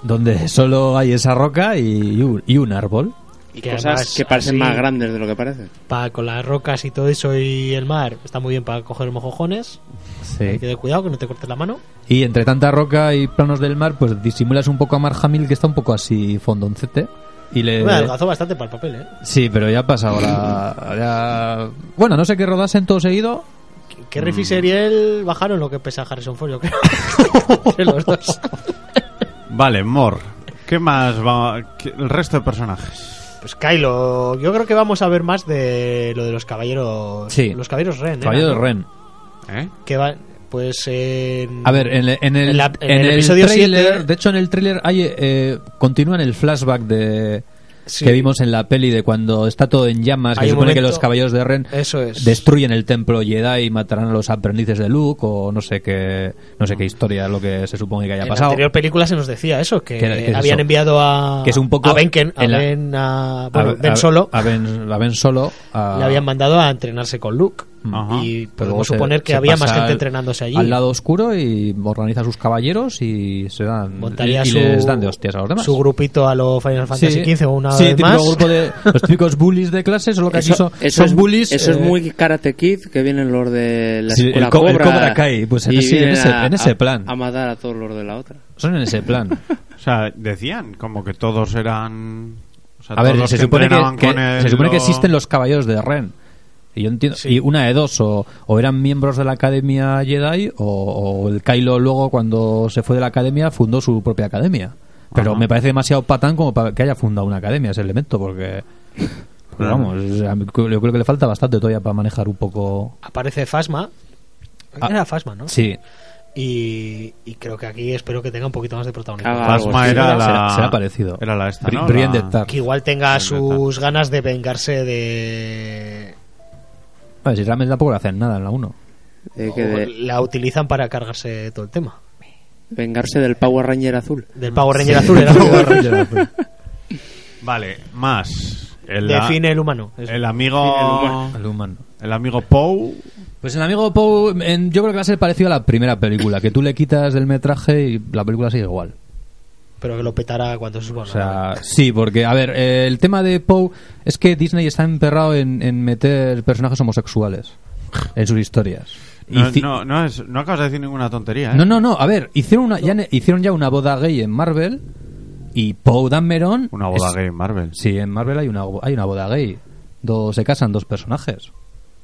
A: donde solo hay esa roca y, un, y un árbol.
G: Y
F: Que
G: cosas
F: además
G: que parecen
F: así-
G: más grandes de lo que parecen.
F: Pa- con las rocas y todo eso y el mar está muy bien para coger mojojones. Hay
E: Sí.
F: que tener cuidado que no te cortes la mano.
E: Y entre tanta roca y planos del mar, pues disimulas un poco a Mark Hamill, que está un poco así fondoncete. Y le...
F: Me adelgazó bastante para el papel, ¿eh?
E: Sí, pero ya ha pasado la... ya- Bueno, no sé qué rodasen todo seguido.
F: Que
E: Mm.
F: Riff y Seriel bajaron lo que pesa Harrison Ford, yo creo. Entre los dos.
D: Vale, Mor. ¿Qué más va? qué- el resto de personajes.
F: Pues Kylo, yo creo que vamos a ver más de lo de los caballeros.
E: Sí.
F: Los caballeros Ren. ¿eh?
E: Caballero de
F: ¿No?
E: Ren.
D: ¿Eh?
F: Que van. Pues. En...
E: A ver, en, el- en el,
F: En la- en el episodio
E: episodio
F: siete-
E: de hecho en el tráiler hay, eh, continúan el flashback de
F: Sí.
E: que vimos en la peli de cuando está todo en llamas, que
F: Hay
E: se
F: un
E: supone que
F: momento-
E: los caballeros de Ren
F: Eso es.
E: destruyen el templo Jedi y matarán a los aprendices de Luke o no sé qué, no sé qué historia lo que se supone que haya
F: en la
E: pasado.
F: anterior película se nos decía eso, que
E: ¿Qué- qué es
F: habían
E: eso?
F: enviado a.
E: Que es un poco
F: A Ben, Ken- a
E: en la-
F: Ben, a-
E: A-
F: bueno, Ben
E: a-
F: Solo.
E: a Ben, a Ben Solo, a-
F: le habían mandado a entrenarse con Luke.
D: Ajá.
F: Y
E: Mm. Pero luego
F: podemos
E: se-
F: suponer que
E: se
F: había
E: pasa
F: más gente
E: al-
F: entrenándose allí.
E: Al lado oscuro y organiza sus caballeros y se dan.
F: Montaría
E: y, y
F: su,
E: les dan de hostias a los demás.
F: su grupito a lo Final Fantasy XV o una
E: sí,
F: vez
E: típico
F: más.
E: grupo de los típicos bullies de clase, solo que aquí son, son
G: es,
E: bullies.
G: eso es
E: eh,
G: muy Karate Kid, que vienen los de la
E: Sí, el
G: escuela
E: co- el
G: cobra.
E: Cobra Kai, pues en
G: y
E: ese- en
G: vienen
E: ese-
G: a-
E: en ese
G: a-
E: plan.
G: A matar a todos los de la otra.
E: son en ese plan.
D: O sea, decían como que todos eran. o sea,
E: A ver,
D: todos
E: se
D: que
E: supone que,
D: entrenaban
E: que-
D: con él
E: se supone que
D: lo-
E: existen los caballeros de Ren. Y yo entiendo, y una de dos, o, o eran miembros de la Academia Jedi, o, o el Kylo luego cuando se fue de la Academia fundó su propia academia. Pero
D: Ajá.
E: me parece demasiado patán como para que haya fundado una academia ese elemento, porque... Pero vamos, o sea, yo creo que le falta bastante todavía para manejar un poco...
F: Aparece Fasma.
E: Ah.
F: Era Fasma, ¿no?
E: Sí,
F: Y, y creo que aquí espero que tenga un poquito más de
E: Ah,
F: protagonismo.
G: Caga.
D: Fasma
G: algo,
D: era
E: sí.
D: la.
E: Será- será parecido.
D: Era la esta.
E: Bri-
D: ¿no?
E: Brienne
D: La-
E: de Tarth.
F: Que igual tenga
E: Pues
D: Sí,
F: sus ganas de vengarse de...
E: A ver, si realmente tampoco le hacen nada en la 1.
G: Eh,
F: o
G: que de-
F: La utilizan para cargarse todo el tema.
G: vengarse del Power Ranger azul.
F: Del Power Ranger azul. era Power Ranger.
E: pues,
D: Vale, más. El,
F: Define el humano. eso.
D: el amigo.
E: Al humano.
D: El amigo Poe.
E: Pues el amigo Poe, en- yo creo que va a ser parecido a la primera película, que tú le quitas del metraje y la película sigue igual.
F: Pero que lo petará cuando se suba.
E: O sea, sí, porque, a ver, eh, el tema de Poe es que Disney está emperrado en, en meter personajes homosexuales en sus historias.
D: No,
E: Hici-
D: no, no, es- no acabas de decir ninguna tontería, ¿eh?
E: no, no, no, a ver, hicieron, una, ya, ne- hicieron ya una boda gay en Marvel y Poe Dameron...
D: Una boda
E: es-
D: gay en Marvel.
E: Sí, en Marvel hay una, hay una boda gay. Dos, se casan dos personajes.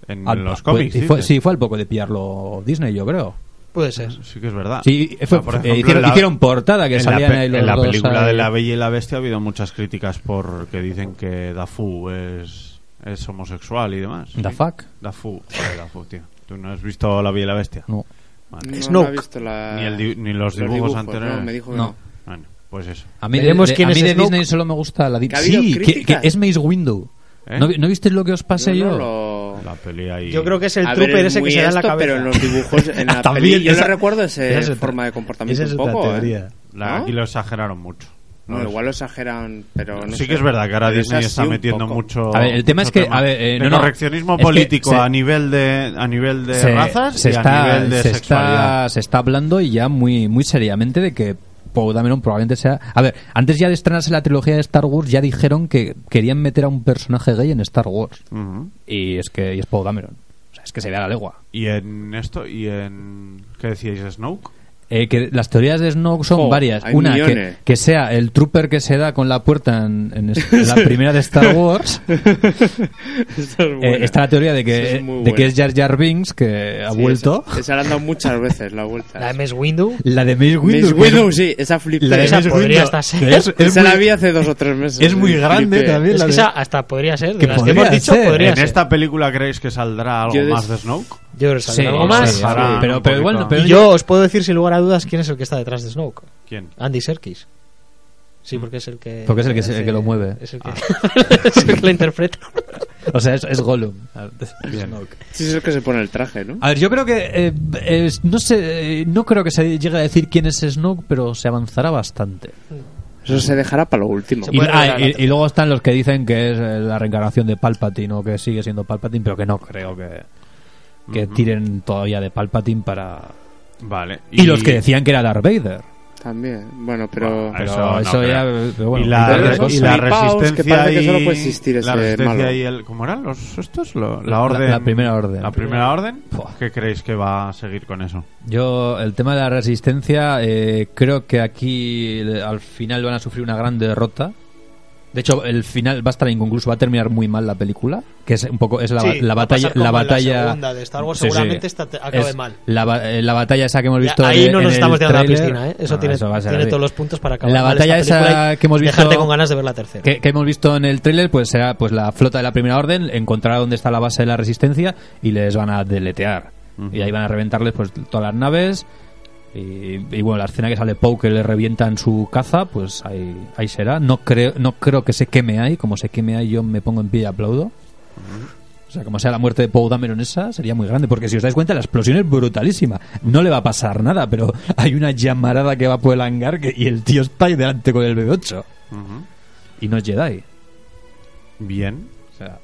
D: En
E: Al-
D: los
E: fue-
D: cómics.
E: Ah, pues, y fue-
D: dices.
E: sí, fue al poco de pillarlo Disney, yo creo.
F: Puede ser.
D: Sí que es verdad.
E: Sí,
D: O
E: fue-
D: sea, por
E: eh,
D: ejemplo,
E: hicieron,
D: en la-
E: hicieron portada que
D: en la,
E: salían
D: pe-
E: ahí los
D: en la
E: dos
D: película
E: ahí.
D: de La Bella y la Bestia ha habido muchas críticas porque dicen que Dafu es, es homosexual y demás.
E: The fuck?
D: Dafu, joder, Dafu, tío. ¿Tú no has visto La Bella y la Bestia?
E: No.
D: Vale.
G: No, no
F: Snoke.
G: he visto la-
D: Ni el di- ni los dibujos anteriores.
G: No, me dijo que
E: No.
G: no.
D: Bueno, pues eso.
E: A mí, de,
F: Veremos
E: de-
F: quién
E: a
F: es
E: mí de
F: Snoke.
E: Disney solo me gusta la di-
G: Que ha habido
E: Sí, que,
G: críticas.
E: que es Maze Window.
D: ¿Eh?
E: ¿No, vi- no visteis lo que os pasé
G: No,
E: yo?
G: no, lo-
D: La peli ahí...
F: Yo creo que es el
G: A ver,
F: trooper ese que
G: muy
F: se da en la
G: esto,
F: cabeza.
G: Pero en los dibujos, en la
E: También,
G: peli, yo
E: esa-
G: le recuerdo ese
E: esa es
G: forma
E: otra-
G: de comportamiento
E: esa es
G: un
E: otra
G: poco. ¿eh?
E: teoría.
D: La-
G: ¿No?
D: Aquí lo exageraron mucho.
G: No, igual lo exageran, pero no
D: sí
G: sé.
D: que es verdad que ahora
G: Pero
D: Disney
G: es así
D: está
G: un
D: metiendo
G: poco.
D: mucho...
E: A ver, el tema
D: mucho
E: es que, a ver, eh,
D: de
E: no, no.
D: correccionismo
E: Es que
D: político
E: se-
D: a nivel de, a nivel de razas y
E: está,
D: a nivel de
E: se
D: sexualidad.
E: Está, se está hablando y ya muy, muy seriamente de que Poe Dameron probablemente sea... A ver, antes ya de estrenarse la trilogía de Star Wars ya dijeron que querían meter a un personaje gay en Star Wars.
D: Ujú.
E: Y es que y es Poe Dameron. O sea, es que se ve a la legua.
D: Y en esto, y en... ¿Qué decíais, Snoke?
E: Eh, que las teorías de Snoke son
G: Jo,
E: varias.
G: hay
E: Una, que,
G: millones.
E: que sea el trooper que se da con la puerta en, en es- en la primera de Star Wars.
G: Esa es
E: Eh,
G: buena.
E: está la teoría de
G: Esa
E: que,
G: es muy
E: de que
G: buena.
E: es Jar Jar Binks, que ha
G: Sí,
E: vuelto.
G: Esa, esa la han dado muchas veces, la vuelta.
F: La MS Window.
E: La de Mace
G: Miss
E: Windu. que
G: Window,
E: es-
G: sí, esa flipé.
E: la de
F: Esa
E: Mace
F: podría
E: Windu,
F: hasta ser.
E: que Es, es
G: Esa
E: muy,
G: la vi hace dos o tres meses. ¿eh?
E: es muy grande
G: Flipé.
E: también.
F: Es
E: la
F: que
E: de-
F: esa hasta podría ser. De
E: Que
F: las que hemos
E: podría
F: dicho,
E: ser.
F: podría
D: ¿En
F: ser.
D: esta película creéis que saldrá algo
G: Yo des-
D: más de Snoke?
F: Yo creo que
E: Sí,
F: saldrá algo más.
E: sí, sí.
D: Harán
E: Pero,
D: un
E: pero igual
D: poquito.
E: no- pero
F: Y yo os puedo decir sin lugar a dudas quién es el que está detrás de Snoke.
D: ¿Quién?
F: Andy Serkis. Sí, porque es el que.
E: Porque es el que se-
F: hace-
E: el que lo mueve. Ah.
F: Es el que, es el que lo interpreta.
E: O sea, es, es Gollum. Snoke.
G: Sí, es el que se pone el traje, ¿no?
E: A ver, yo creo que eh, es- no sé, eh, no creo que se llegue a decir quién es Snoke, pero se avanzará bastante.
G: Eso se dejará para lo último.
E: Y,
F: puede
E: ah,
F: regalar
E: y-
F: otra.
E: y luego están los que dicen que es eh, la reencarnación de Palpatine o que sigue siendo Palpatine, pero que no creo que, que tiren todavía de Palpatine para...
D: Vale.
E: Y, los que decían que era Darth Vader.
G: También. Bueno, pero.
D: Bueno,
E: Pero eso
D: pero-
E: ya, pero bueno,
D: y la,
G: pero eso-
D: y la
G: flipaos, que
D: resistencia
G: parece que
D: y-
G: solo puede existir
D: la
G: ese
D: resistencia
G: malo.
D: y el ¿cómo eran los estos? Lo-
E: La-
D: la orden
E: la primera orden.
D: la primera orden
E: Buah.
D: ¿qué creéis que va a seguir con eso?
E: Yo, el tema de la resistencia, eh, creo que aquí eh, al final van a sufrir una gran derrota. De hecho, el final va a estar inconcluso, va a terminar muy mal la película, que es un poco es la,
F: Sí,
E: la
F: va a
E: batalla,
F: pasar como
E: la
F: en la
E: batalla
F: segunda de Star Wars, seguramente esta te- acabe mal.
E: La, ba- eh, la batalla esa que hemos visto
F: ahí
E: de-
F: no
E: en
F: nos
E: el
F: estamos tirando a la
E: tráiler.
F: piscina, ¿eh? Eso
E: No,
F: tiene,
E: va a ser
F: tiene
E: así.
F: todos los puntos para acabar
E: La
F: mal
E: batalla
F: esta película
E: esa
F: y
E: que hemos visto
F: dejarte con ganas de ver la tercera.
E: que, que hemos visto en el tráiler, pues será pues la flota de la primera orden encontrará dónde está la base de la resistencia y les van a deletear. Y ahí van a reventarles pues todas las naves. Y, y, bueno, la escena que sale Poe que le revientan su caza, pues ahí, ahí será. No creo, no creo que se queme ahí. Como se queme ahí, yo me pongo en pie y aplaudo. O sea, como sea la muerte de Poe Dameron esa, sería muy grande. Porque si os dais cuenta, la explosión es brutalísima. No le va a pasar nada, pero hay una llamarada que va por el hangar que- y el tío está ahí delante con el B8. Y no es Jedi.
D: Bien.
E: O sea,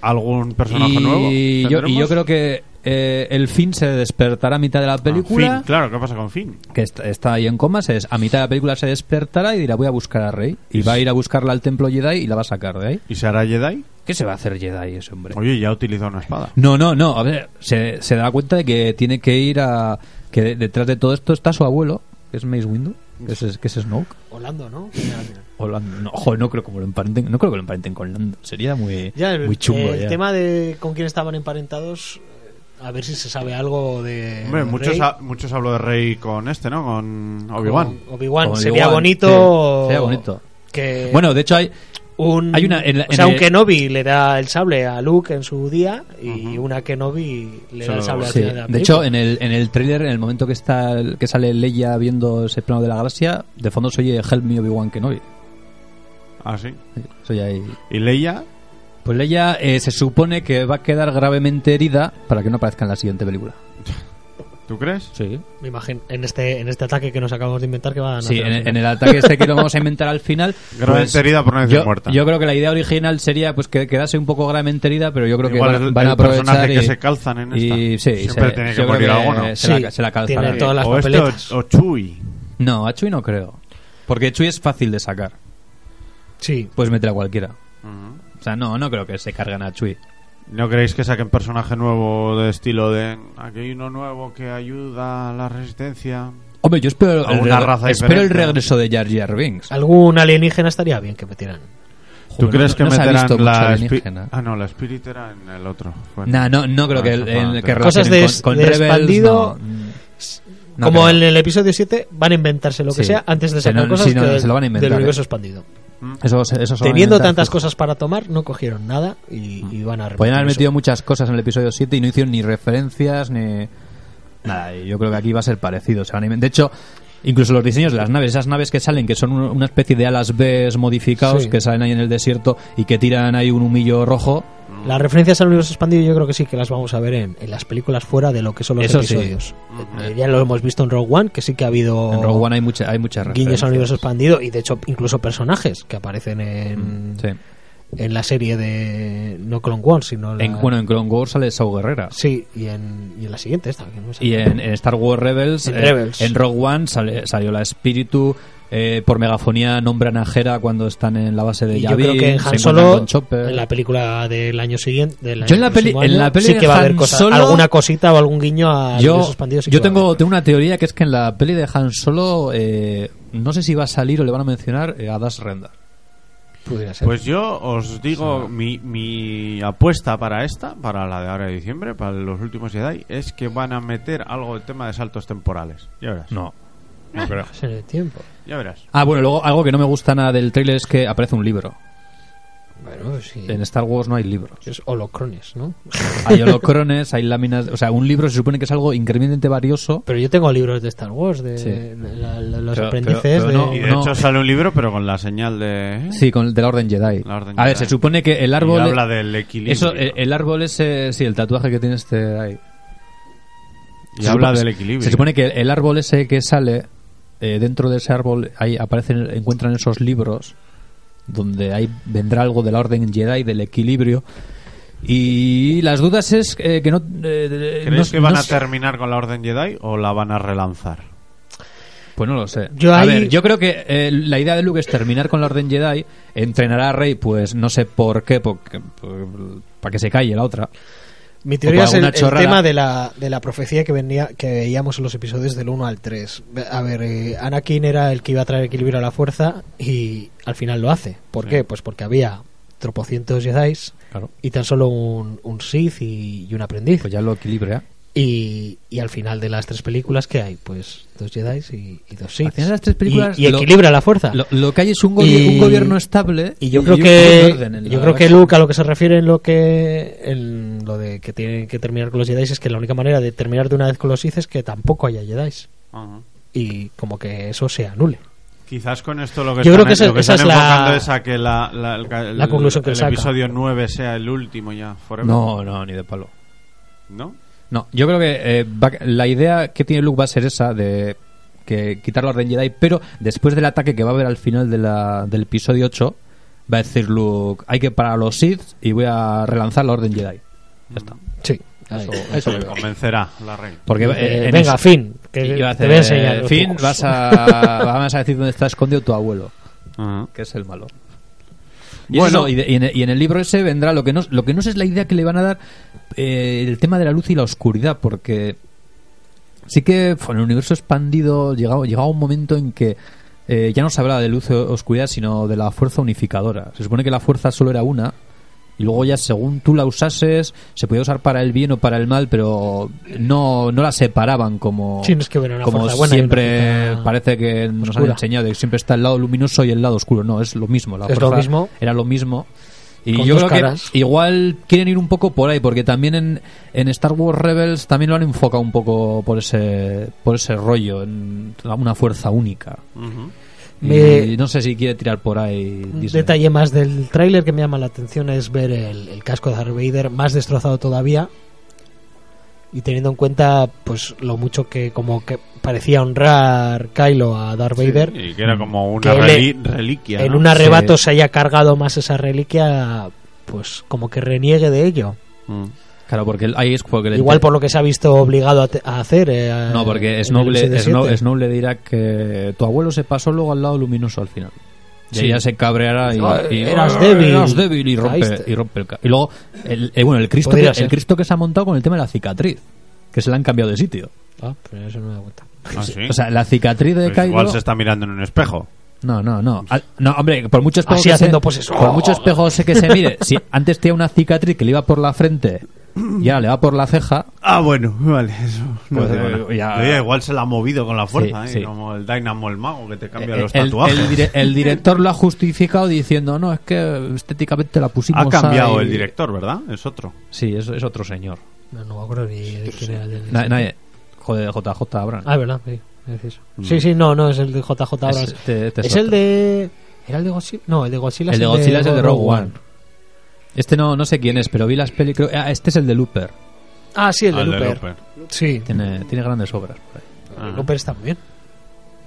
D: ¿Algún personaje
E: y
D: nuevo?
E: Yo, y yo
D: ¿Tendremos? Ah,
E: creo que eh, el Finn se despertará a mitad de la película.
D: Finn, claro, ¿qué pasa con Finn?
E: que est- está, ahí en coma, se des- a mitad de la película se despertará y dirá voy a buscar a Rey. Y va a ir a buscarla al templo Jedi y la va a sacar de ahí.
D: ¿Y será Jedi?
E: ¿Qué se va a hacer Jedi ese hombre?
D: Oye, ya ha utilizado una espada.
E: No, no, no. A ver, se, se da cuenta de que tiene que ir a... Que de- detrás de todo esto está su abuelo, que es Mace Windu, que es, que es Snoke.
F: Holando, ¿no?
E: O Lando. No, joder, no creo que lo emparenten, no creo que lo emparenten con Lando. Sería muy,
F: Ya, el, eh,
E: muy chungo.
F: el
E: ya.
F: tema de con quién estaban emparentados, eh, a ver si se sabe algo
E: Eh,
F: de.
D: Hombre,
F: de
D: muchos,
F: Rey,
D: ha- muchos habló de Rey con este, ¿no? Con
F: con
D: Obi-Wan.
F: Obi-Wan.
E: Con
F: Sería
E: Obi-Wan,
F: bonito. Eh,
E: sí, sería bonito.
F: Que
E: Bueno, de hecho hay...
F: un,
E: hay una- en la-
F: o sea,
E: en
F: un
E: el-
F: Kenobi le da el sable a Luke en su día y una Kenobi le da
D: Solo-
F: el sable al
E: Sí,
F: final la
E: de hecho, en el, en el tráiler, en el momento que está el- que sale Leia viendo ese plano de la galaxia, de fondo se oye Help me Obi-Wan Kenobi.
D: Ah, sí.
E: Soy ahí.
D: Y Leia,
E: Pues Leia eh, se supone que va a quedar gravemente herida para que no aparezca en la siguiente película.
D: ¿tú crees?
E: Sí.
F: Me imagino, en este, en este ataque que nos acabamos de inventar que va a
E: Sí,
F: nacer
E: en,
F: al
E: el-
F: final.
E: en el ataque este que lo vamos a inventar al final.
D: Gravemente
E: pues,
D: herida por no decir
E: yo,
D: muerta.
E: Yo creo que la idea original sería pues que quedase un poco gravemente herida, pero yo creo que
D: Igual
E: van,
D: el-
E: van a
D: el personaje
E: aprovechar
D: que
E: y-
D: se calzan en
E: y-
D: esta.
E: sí,
D: Siempre
E: se-
D: tiene que
E: yo creo
D: morir alguno.
E: Eh, Se la,
F: Sí,
E: se la calzarán.
F: tiene todas las
D: o este
F: papeletas.
D: o, o Chewie.
E: No, a Chui no creo. Porque Chui es fácil de sacar.
F: Sí.
E: Puedes meter a cualquiera. O sea, no, no creo que se carguen a Chui.
D: ¿No creéis que saquen personaje nuevo de estilo de aquí hay uno nuevo que ayuda a la resistencia?
E: Hombre, yo espero,
D: A
E: el,
D: una
E: reg-
D: raza
E: espero el
D: diferente.
E: regreso de Jar Jar Binks.
F: Algún alienígena estaría bien que metieran.
D: ¿Tú
E: Joder,
D: crees
E: no-
D: que
E: no se ha
D: meterán
E: visto mucho
D: la espi-
E: alienígena.
D: Ah, no, la Spirit era en el otro. Bueno.
E: Nah, no, no creo
D: Ah,
E: que
D: eso
E: el,
D: fue
E: el
D: antes.
E: que
F: Cosas
E: relacionen
F: de-
E: con, con
F: de
E: Rebels,
F: expandido,
E: no. No
F: Como
E: creo.
F: en el episodio 7, van a inventarse lo que
E: Sí.
F: sea antes de
E: Sí,
F: sacar
E: no,
F: cosas
E: sí, no,
F: que-
E: se lo van a inventar,
F: del
E: ¿eh?
F: universo expandido.
E: Eso se- eso se va a
F: Teniendo
E: inventar,
F: tantas
E: pues.
F: cosas para tomar, no cogieron nada y, y van a
E: Podían
F: repetir
E: haber metido
F: eso.
E: muchas cosas en el episodio 7 y no hicieron ni referencias ni. Nada, y yo creo que aquí va a ser parecido. se van a inven- De hecho, incluso los diseños de las naves, esas naves que salen, que son un- una especie de alas B modificados
F: Sí.
E: que salen ahí en el desierto y que tiran ahí un humillo rojo.
F: Las referencias al universo expandido yo creo que sí que las vamos a ver en, en las películas fuera de lo que son los
E: Eso sí. Mm.
F: episodios. Eh, ya lo hemos visto en Rogue One, que sí que ha habido
E: En Rogue One hay, mucha, hay muchas
F: guiños
E: referencias.
F: al universo expandido y de hecho incluso personajes que aparecen en,
E: Sí.
F: en la serie de no Clone Wars, sino la-
E: En, bueno, en Clone Wars sale Saw Guerrera.
F: sí, y en, y en la siguiente esta. que no me sale.
E: Y en, en Star Wars Rebels,
F: En
E: eh,
F: Rebels.
E: en Rogue One sale- salió la espíritu. eh, por megafonía nombran a Jera cuando están en la base de
F: Y yo
E: Yavin.
F: creo que en
E: se
F: Han
E: encuentran
F: Solo,
E: con Chopper.
F: en la película del año siguiente, del
E: Yo
F: año
E: en la peli-
F: próximo
E: en
F: año,
E: la peli
F: sí
E: de
F: que va a haber
E: Han
F: cosas,
E: Solo-
F: alguna cosita o algún guiño a
E: yo
F: universo expandido. sí que
E: yo
F: va a
E: tengo,
F: haber.
E: tengo una teoría que es que en la peli de Han Solo eh, no sé si va a salir o le van a mencionar eh, a Das Renda.
F: Pudiera ser.
D: Pues yo os digo, mi, mi apuesta para esta, para la de ahora de diciembre, para los últimos Jedi, es que van a meter algo del tema de saltos temporales. Ya verás.
E: No.
F: en el tiempo.
D: Ya verás.
E: Ah, bueno, luego algo que no me gusta nada del tráiler es que aparece un libro.
F: Bueno, sí.
E: En Star Wars no hay libros.
F: Es holocrones, ¿no?
E: Hay holocrones, hay láminas. O sea, un libro se supone que es algo increíblemente valioso.
F: Pero yo tengo libros de Star Wars, de,
E: Sí.
F: de la- la- los
E: Pero-
F: aprendices
E: pero- pero
F: de...
E: no-
D: Y de
E: no.
D: hecho sale un libro, pero con la señal de.
E: Sí, con, de la Orden Jedi.
D: La Orden
E: a ver,
D: Jedi.
E: se supone que el árbol.
D: Y habla del equilibrio.
E: Eso, el, el árbol ese, sí, el tatuaje que tiene este ahí.
D: y
E: Se
D: habla
E: supone-
D: del equilibrio.
E: Se supone que el árbol ese que sale, eh, dentro de ese árbol, ahí aparecen, encuentran esos libros donde ahí vendrá algo de la Orden Jedi, del equilibrio. Y las dudas es eh, que no. eh,
D: ¿Crees
E: no-
D: que van
E: no
D: a
E: sé.
D: terminar con la Orden Jedi o la van a relanzar?
E: Pues no lo sé.
F: Yo
E: A
F: ahí-
E: ver, yo creo que eh, la idea de Luke es terminar con la Orden Jedi, entrenar a Rey, pues no sé por qué, porque- por- para que se calle la otra.
F: Mi teoría
E: O
F: es el,
E: alguna
F: el
E: chorrada.
F: tema de la, de la profecía que venía que veíamos en los episodios del 1 al 3. A ver, eh, Anakin era el que iba a traer equilibrio a la fuerza y al final lo hace. ¿Por qué? Pues porque había tropocientos Jedi
E: Claro.
F: y tan solo un, un Sith y, y un aprendiz.
E: Pues ya lo equilibra.
F: Y, y al final de las tres películas, ¿qué hay? Pues dos Jedi y, y dos Sith.
E: Al final de las tres películas,
F: y, y
E: lo-
F: equilibra la fuerza.
E: Lo, lo que hay es un, gobi-
F: Y-
E: un gobierno estable.
F: Y yo creo
E: un
F: que
E: orden en la
F: yo creo que
E: galaxia.
F: Luke a lo que se refiere en lo que en lo de que tienen que terminar con los Jedi es que la única manera de terminar de una vez con los Sith es que tampoco haya Jedi
D: Ajá.
F: y como que eso se anule.
D: Quizás con esto lo que
F: Yo
D: están,
F: creo que esa-
D: lo que
F: esa
D: están
F: es la-
D: enfocando es a que la, la- el,
F: la conclusión que
D: el
F: saca.
D: episodio 9 sea el último ya. forever.
E: No, no, ni de palo.
D: ¿No?
E: No, yo creo que eh, va- la idea que tiene Luke va a ser esa de que quitar la Orden Jedi, pero después del ataque que va a haber al final de la- del episodio 8, va a decir Luke, hay que parar a los Sith y voy a relanzar la Orden Jedi. Ya está.
F: Sí.
E: Eso,
D: Eso
E: eso
D: le
E: creo.
D: convencerá la reina.
E: Porque eh,
F: Eh,
E: en
F: venga,
E: eso-
F: fin, que
E: y
F: te
E: yo
F: voy
E: voy a hacer,
F: a enseñar los
E: Fin,
F: trucos.
E: vas a, vas a decir dónde está escondido tu abuelo,
D: Ajá.
E: que es el malo. Y, bueno, y, de- y en, el- y en el libro ese vendrá lo que no, lo que no sé es la idea que le van a dar eh, el tema de la luz y la oscuridad, porque sí que fue, en el universo expandido llegaba, llegaba un momento en que eh, ya no se hablaba de luz o oscuridad, sino de la fuerza unificadora. Se supone que la fuerza solo era una, y luego ya según tú la usases, se podía usar para el bien o para el mal, pero no, no la separaban como,
F: Sí, no es que hubiera una
E: como
F: fuerza buena y una
E: siempre
F: fuerza
E: Eh, parece que nos han
F: Ah. oscura.
E: enseñado, que siempre está el lado luminoso y el lado oscuro. No, es lo mismo. La
F: Es lo
E: fuerza
F: mismo.
E: Era lo mismo. Y
F: Con
E: yo
F: dos
E: creo
F: caras.
E: que igual quieren ir un poco por ahí, porque también en, en Star Wars Rebels también lo han enfocado un poco por ese, por ese rollo, en una fuerza única.
F: Me-
E: Y no sé si quiere tirar por ahí.
F: Un
E: Disney.
F: detalle más del tráiler que me llama la atención es ver el, el casco de Darth Vader más destrozado todavía y teniendo en cuenta pues lo mucho que como que parecía honrar Kylo a Darth Vader
D: Y que era como
F: que
D: una
F: él,
D: reli- reliquia.
F: en
D: ¿no?
F: un arrebato se haya cargado más esa reliquia pues como que reniegue de ello
D: Mm.
E: Claro, porque ahí es porque le
F: igual por lo que se ha visto obligado a, te- a hacer eh,
E: No, porque
F: en
E: es noble,
F: el
E: es Pues no-
F: 77.
E: es noble dirá que tu abuelo se pasó luego al lado luminoso al final. Y
F: Sí.
E: ella se cabreará y,
F: Ah,
E: y-
F: eras débil.
E: eras débil y rompe,
F: Caíste.
E: y rompe el ca- Y luego, el, eh, bueno, el Cristo, que,
F: Podría
E: el
F: ser.
E: Cristo que se ha montado con el tema de la cicatriz, que se la han cambiado de sitio.
F: Ah, pero eso no me da cuenta.
D: Ah, sí.
E: O sea, la cicatriz de
D: Pues
E: Kylo-
D: igual se está mirando en un espejo.
E: No, no, no. Al- no, hombre, por mucho espejo
F: Así
E: que
F: haciendo
E: se,
F: poses. Oh.
E: Por mucho espejo sé que se mire. Si antes tenía una cicatriz que le iba por la frente y ahora le va por la ceja,
D: Ah, bueno, vale, eso. No
E: Pues,
D: digo
E: eh,
D: nada.
E: ya-
D: Oye, igual se la ha movido con la fuerza,
E: Sí,
D: ¿eh?
E: sí.
D: como el Dynamo, el mago, que te cambia
E: Eh,
D: los
E: el,
D: tatuajes.
E: el dire- el director lo ha justificado diciendo, no, es que estéticamente la pusimos
D: ha cambiado
E: ahí".
D: el director, ¿verdad? Es otro.
E: Sí, es, es otro señor.
F: No, no me acuerdo ni de quién era el del-
E: Na- nadie- joder, JJ Abrams.
F: Ah, es verdad, sí. es eso. Sí, sí, no, no, es el de JJ Abrams.
E: Mm. Es- este- este es
F: es el
E: otro.
F: de. ¿Era el de Godzilla? No, el de Godzilla
E: el de Godzilla es el de
F: Rogue
E: Rogue One. Este no, no sé quién es, pero vi las peli creo- ah, este es el de Looper.
F: Ah, sí, el de
D: Ah, el de
F: Looper.
D: Looper.
F: Sí,
E: Tiene, tiene grandes obras. por ahí.
D: Ah.
F: Looper está muy bien.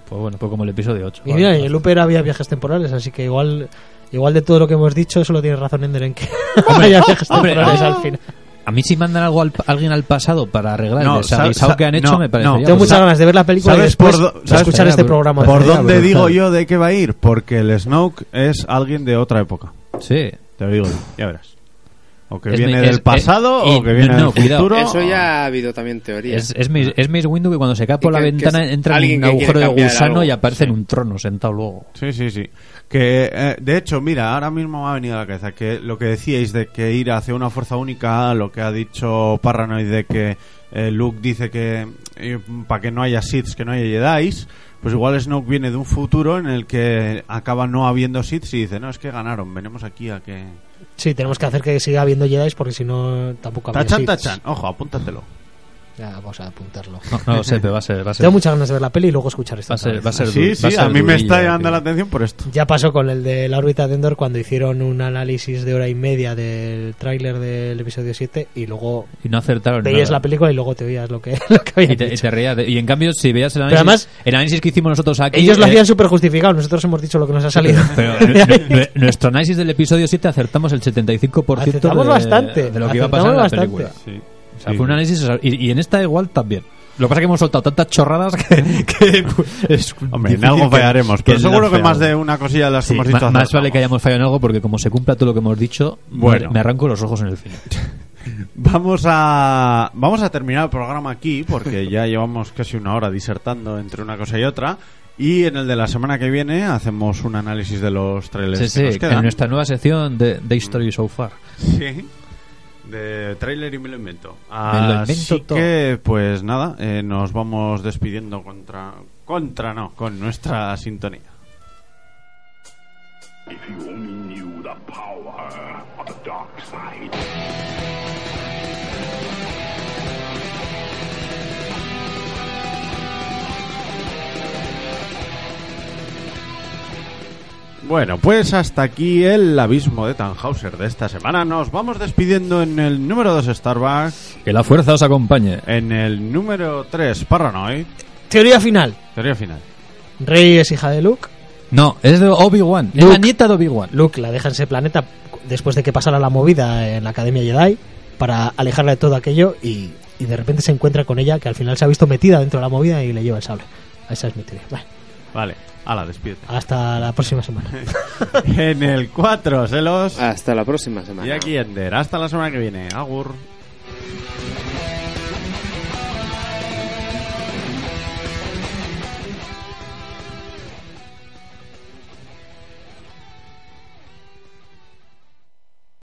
E: Pues bueno, pues como el episodio 8.
F: Y mira, en el Looper había viajes temporales, así que igual. Igual de todo lo que hemos dicho, solo tiene razón Ender en que haya viajes
E: hombre,
F: temporales
E: ah.
F: al final.
E: A mí si mandan algo al- alguien al pasado para arreglar
D: No,
E: el desaguisado
D: sa-
E: que han
D: sa-
E: hecho,
D: no,
E: me
D: no.
E: parecería...
D: Ya,
F: Tengo
E: brutal.
F: muchas ganas de ver la película y
D: ¿sabes
F: después
D: por do-
F: de
D: sabes-
F: escuchar este
E: Estaría
F: programa.
E: brutal.
D: ¿Por
E: Parecería
D: dónde
E: brutal.
D: digo yo de qué va a ir? Porque el Snoke es alguien de otra época.
E: Sí.
D: Te lo digo, yo, ya verás. O que
E: Es
D: viene
E: mi-
D: del
E: es-
D: pasado
E: eh,
D: o que
E: y-
D: viene
E: no, no,
D: del
E: cuidado.
D: futuro.
G: Eso ya ha habido también teoría.
E: Es, es, Mace, es Mace Windu que cuando se cae por
G: Y
E: la
G: que- que
E: ventana
G: es
E: entra en
G: alguien
E: un
G: que quiere
E: agujero de
G: cambiar
E: gusano
G: algo.
E: y aparece en un trono sentado luego.
D: Sí, sí, sí. Que, eh, de hecho, mira, ahora mismo me ha venido a la cabeza que lo que decíais de que ir hacia una fuerza única, lo que ha dicho Paranoid de que eh, Luke dice que para que no haya Siths, que no haya Jedi, pues igual Snoke viene de un futuro en el que acaba no habiendo Siths y dice, no, es que ganaron, venimos aquí a que...
F: Sí, tenemos que hacer que siga habiendo Jedi porque si no tampoco habría
D: Tachan,
F: Sith.
D: tachan, ojo, apúntatelo.
F: Ya, vamos a apuntarlo.
E: No, no lo sé, pero va a ser. Va a ser,
F: Tengo muchas ganas de ver la peli y luego escuchar esto.
E: va a
F: otra vez.
E: ser, va a ser
D: Sí,
E: du- va
D: sí,
E: ser
D: a mí me
E: durilla,
D: está llamando
E: tío.
D: la atención por esto.
F: Ya pasó con el de la órbita de Endor cuando hicieron un análisis de hora y media del tráiler del episodio 7 y luego
E: Y no acertaron
F: veías
E: Pues nada.
F: la película y luego te veías lo que, lo que habían
E: y te, y
F: dicho.
E: te reías de- y en cambio, si veías el
F: Pero
E: análisis,
F: además-
E: el análisis que hicimos nosotros aquí.
F: Ellos lo
E: eh,
F: hacían súper justificado, nosotros hemos dicho lo que nos ha salido.
E: Pero n- n- nuestro análisis del episodio 7 acertamos el 75%
F: Acertamos
E: de,
F: bastante,
E: de lo que iba a pasar en la
F: acertamos bastante.
E: película. O sea, fue un análisis. Y, y en esta igual también. Lo que pasa es que hemos soltado tantas chorradas que, que, pues, es
D: Hombre, en
E: difícil
D: algo
E: que-
D: fallaremos.
E: que
D: Pero
E: no
D: seguro que
E: fallamos.
D: más de una cosilla de las
E: Sí,
D: que hemos
E: ma-
D: dicho
E: más,
D: acertamos.
E: vale que hayamos fallado en algo porque como se cumpla todo lo que hemos dicho, me-
D: Bueno.
E: me, arranco los ojos en el final.
D: Vamos a, vamos a terminar el programa aquí porque ya llevamos casi una hora disertando entre una cosa y otra. Y en el de la semana que viene hacemos un análisis de los trailers
E: Sí,
D: Pues que nos
E: sí,
D: quedan.
E: en nuestra nueva sección de, de History So Far.
D: Sí. De trailer y me lo invento.
E: Me lo invento
D: Así
E: todo.
D: que, pues nada, eh, nos vamos despidiendo contra... Contra no, con nuestra sintonía.
H: If you only knew the power of the dark side.
D: Bueno, pues hasta aquí el abismo de Tannhauser de esta semana. Nos vamos despidiendo en el número 2 Starbucks,
E: Que la fuerza os acompañe.
D: en el número 3 Paranoid,
F: Teoría final.
D: teoría final.
F: Rey es hija de Luke.
E: No, es de Obi-Wan. Es
F: Luke.
E: la nieta de Obi-Wan.
F: Luke la deja en ese planeta después de que pasara la movida en la Academia Jedi para alejarla de todo aquello y, y de repente se encuentra con ella que al final se ha visto metida dentro de la movida y le lleva el sable. Esa es mi teoría. Bueno,
D: Vale, a la despídete.
F: hasta la próxima semana.
D: en el 4 Celos
G: Hasta la próxima semana.
D: y aquí Ender. Hasta la semana que viene. Agur.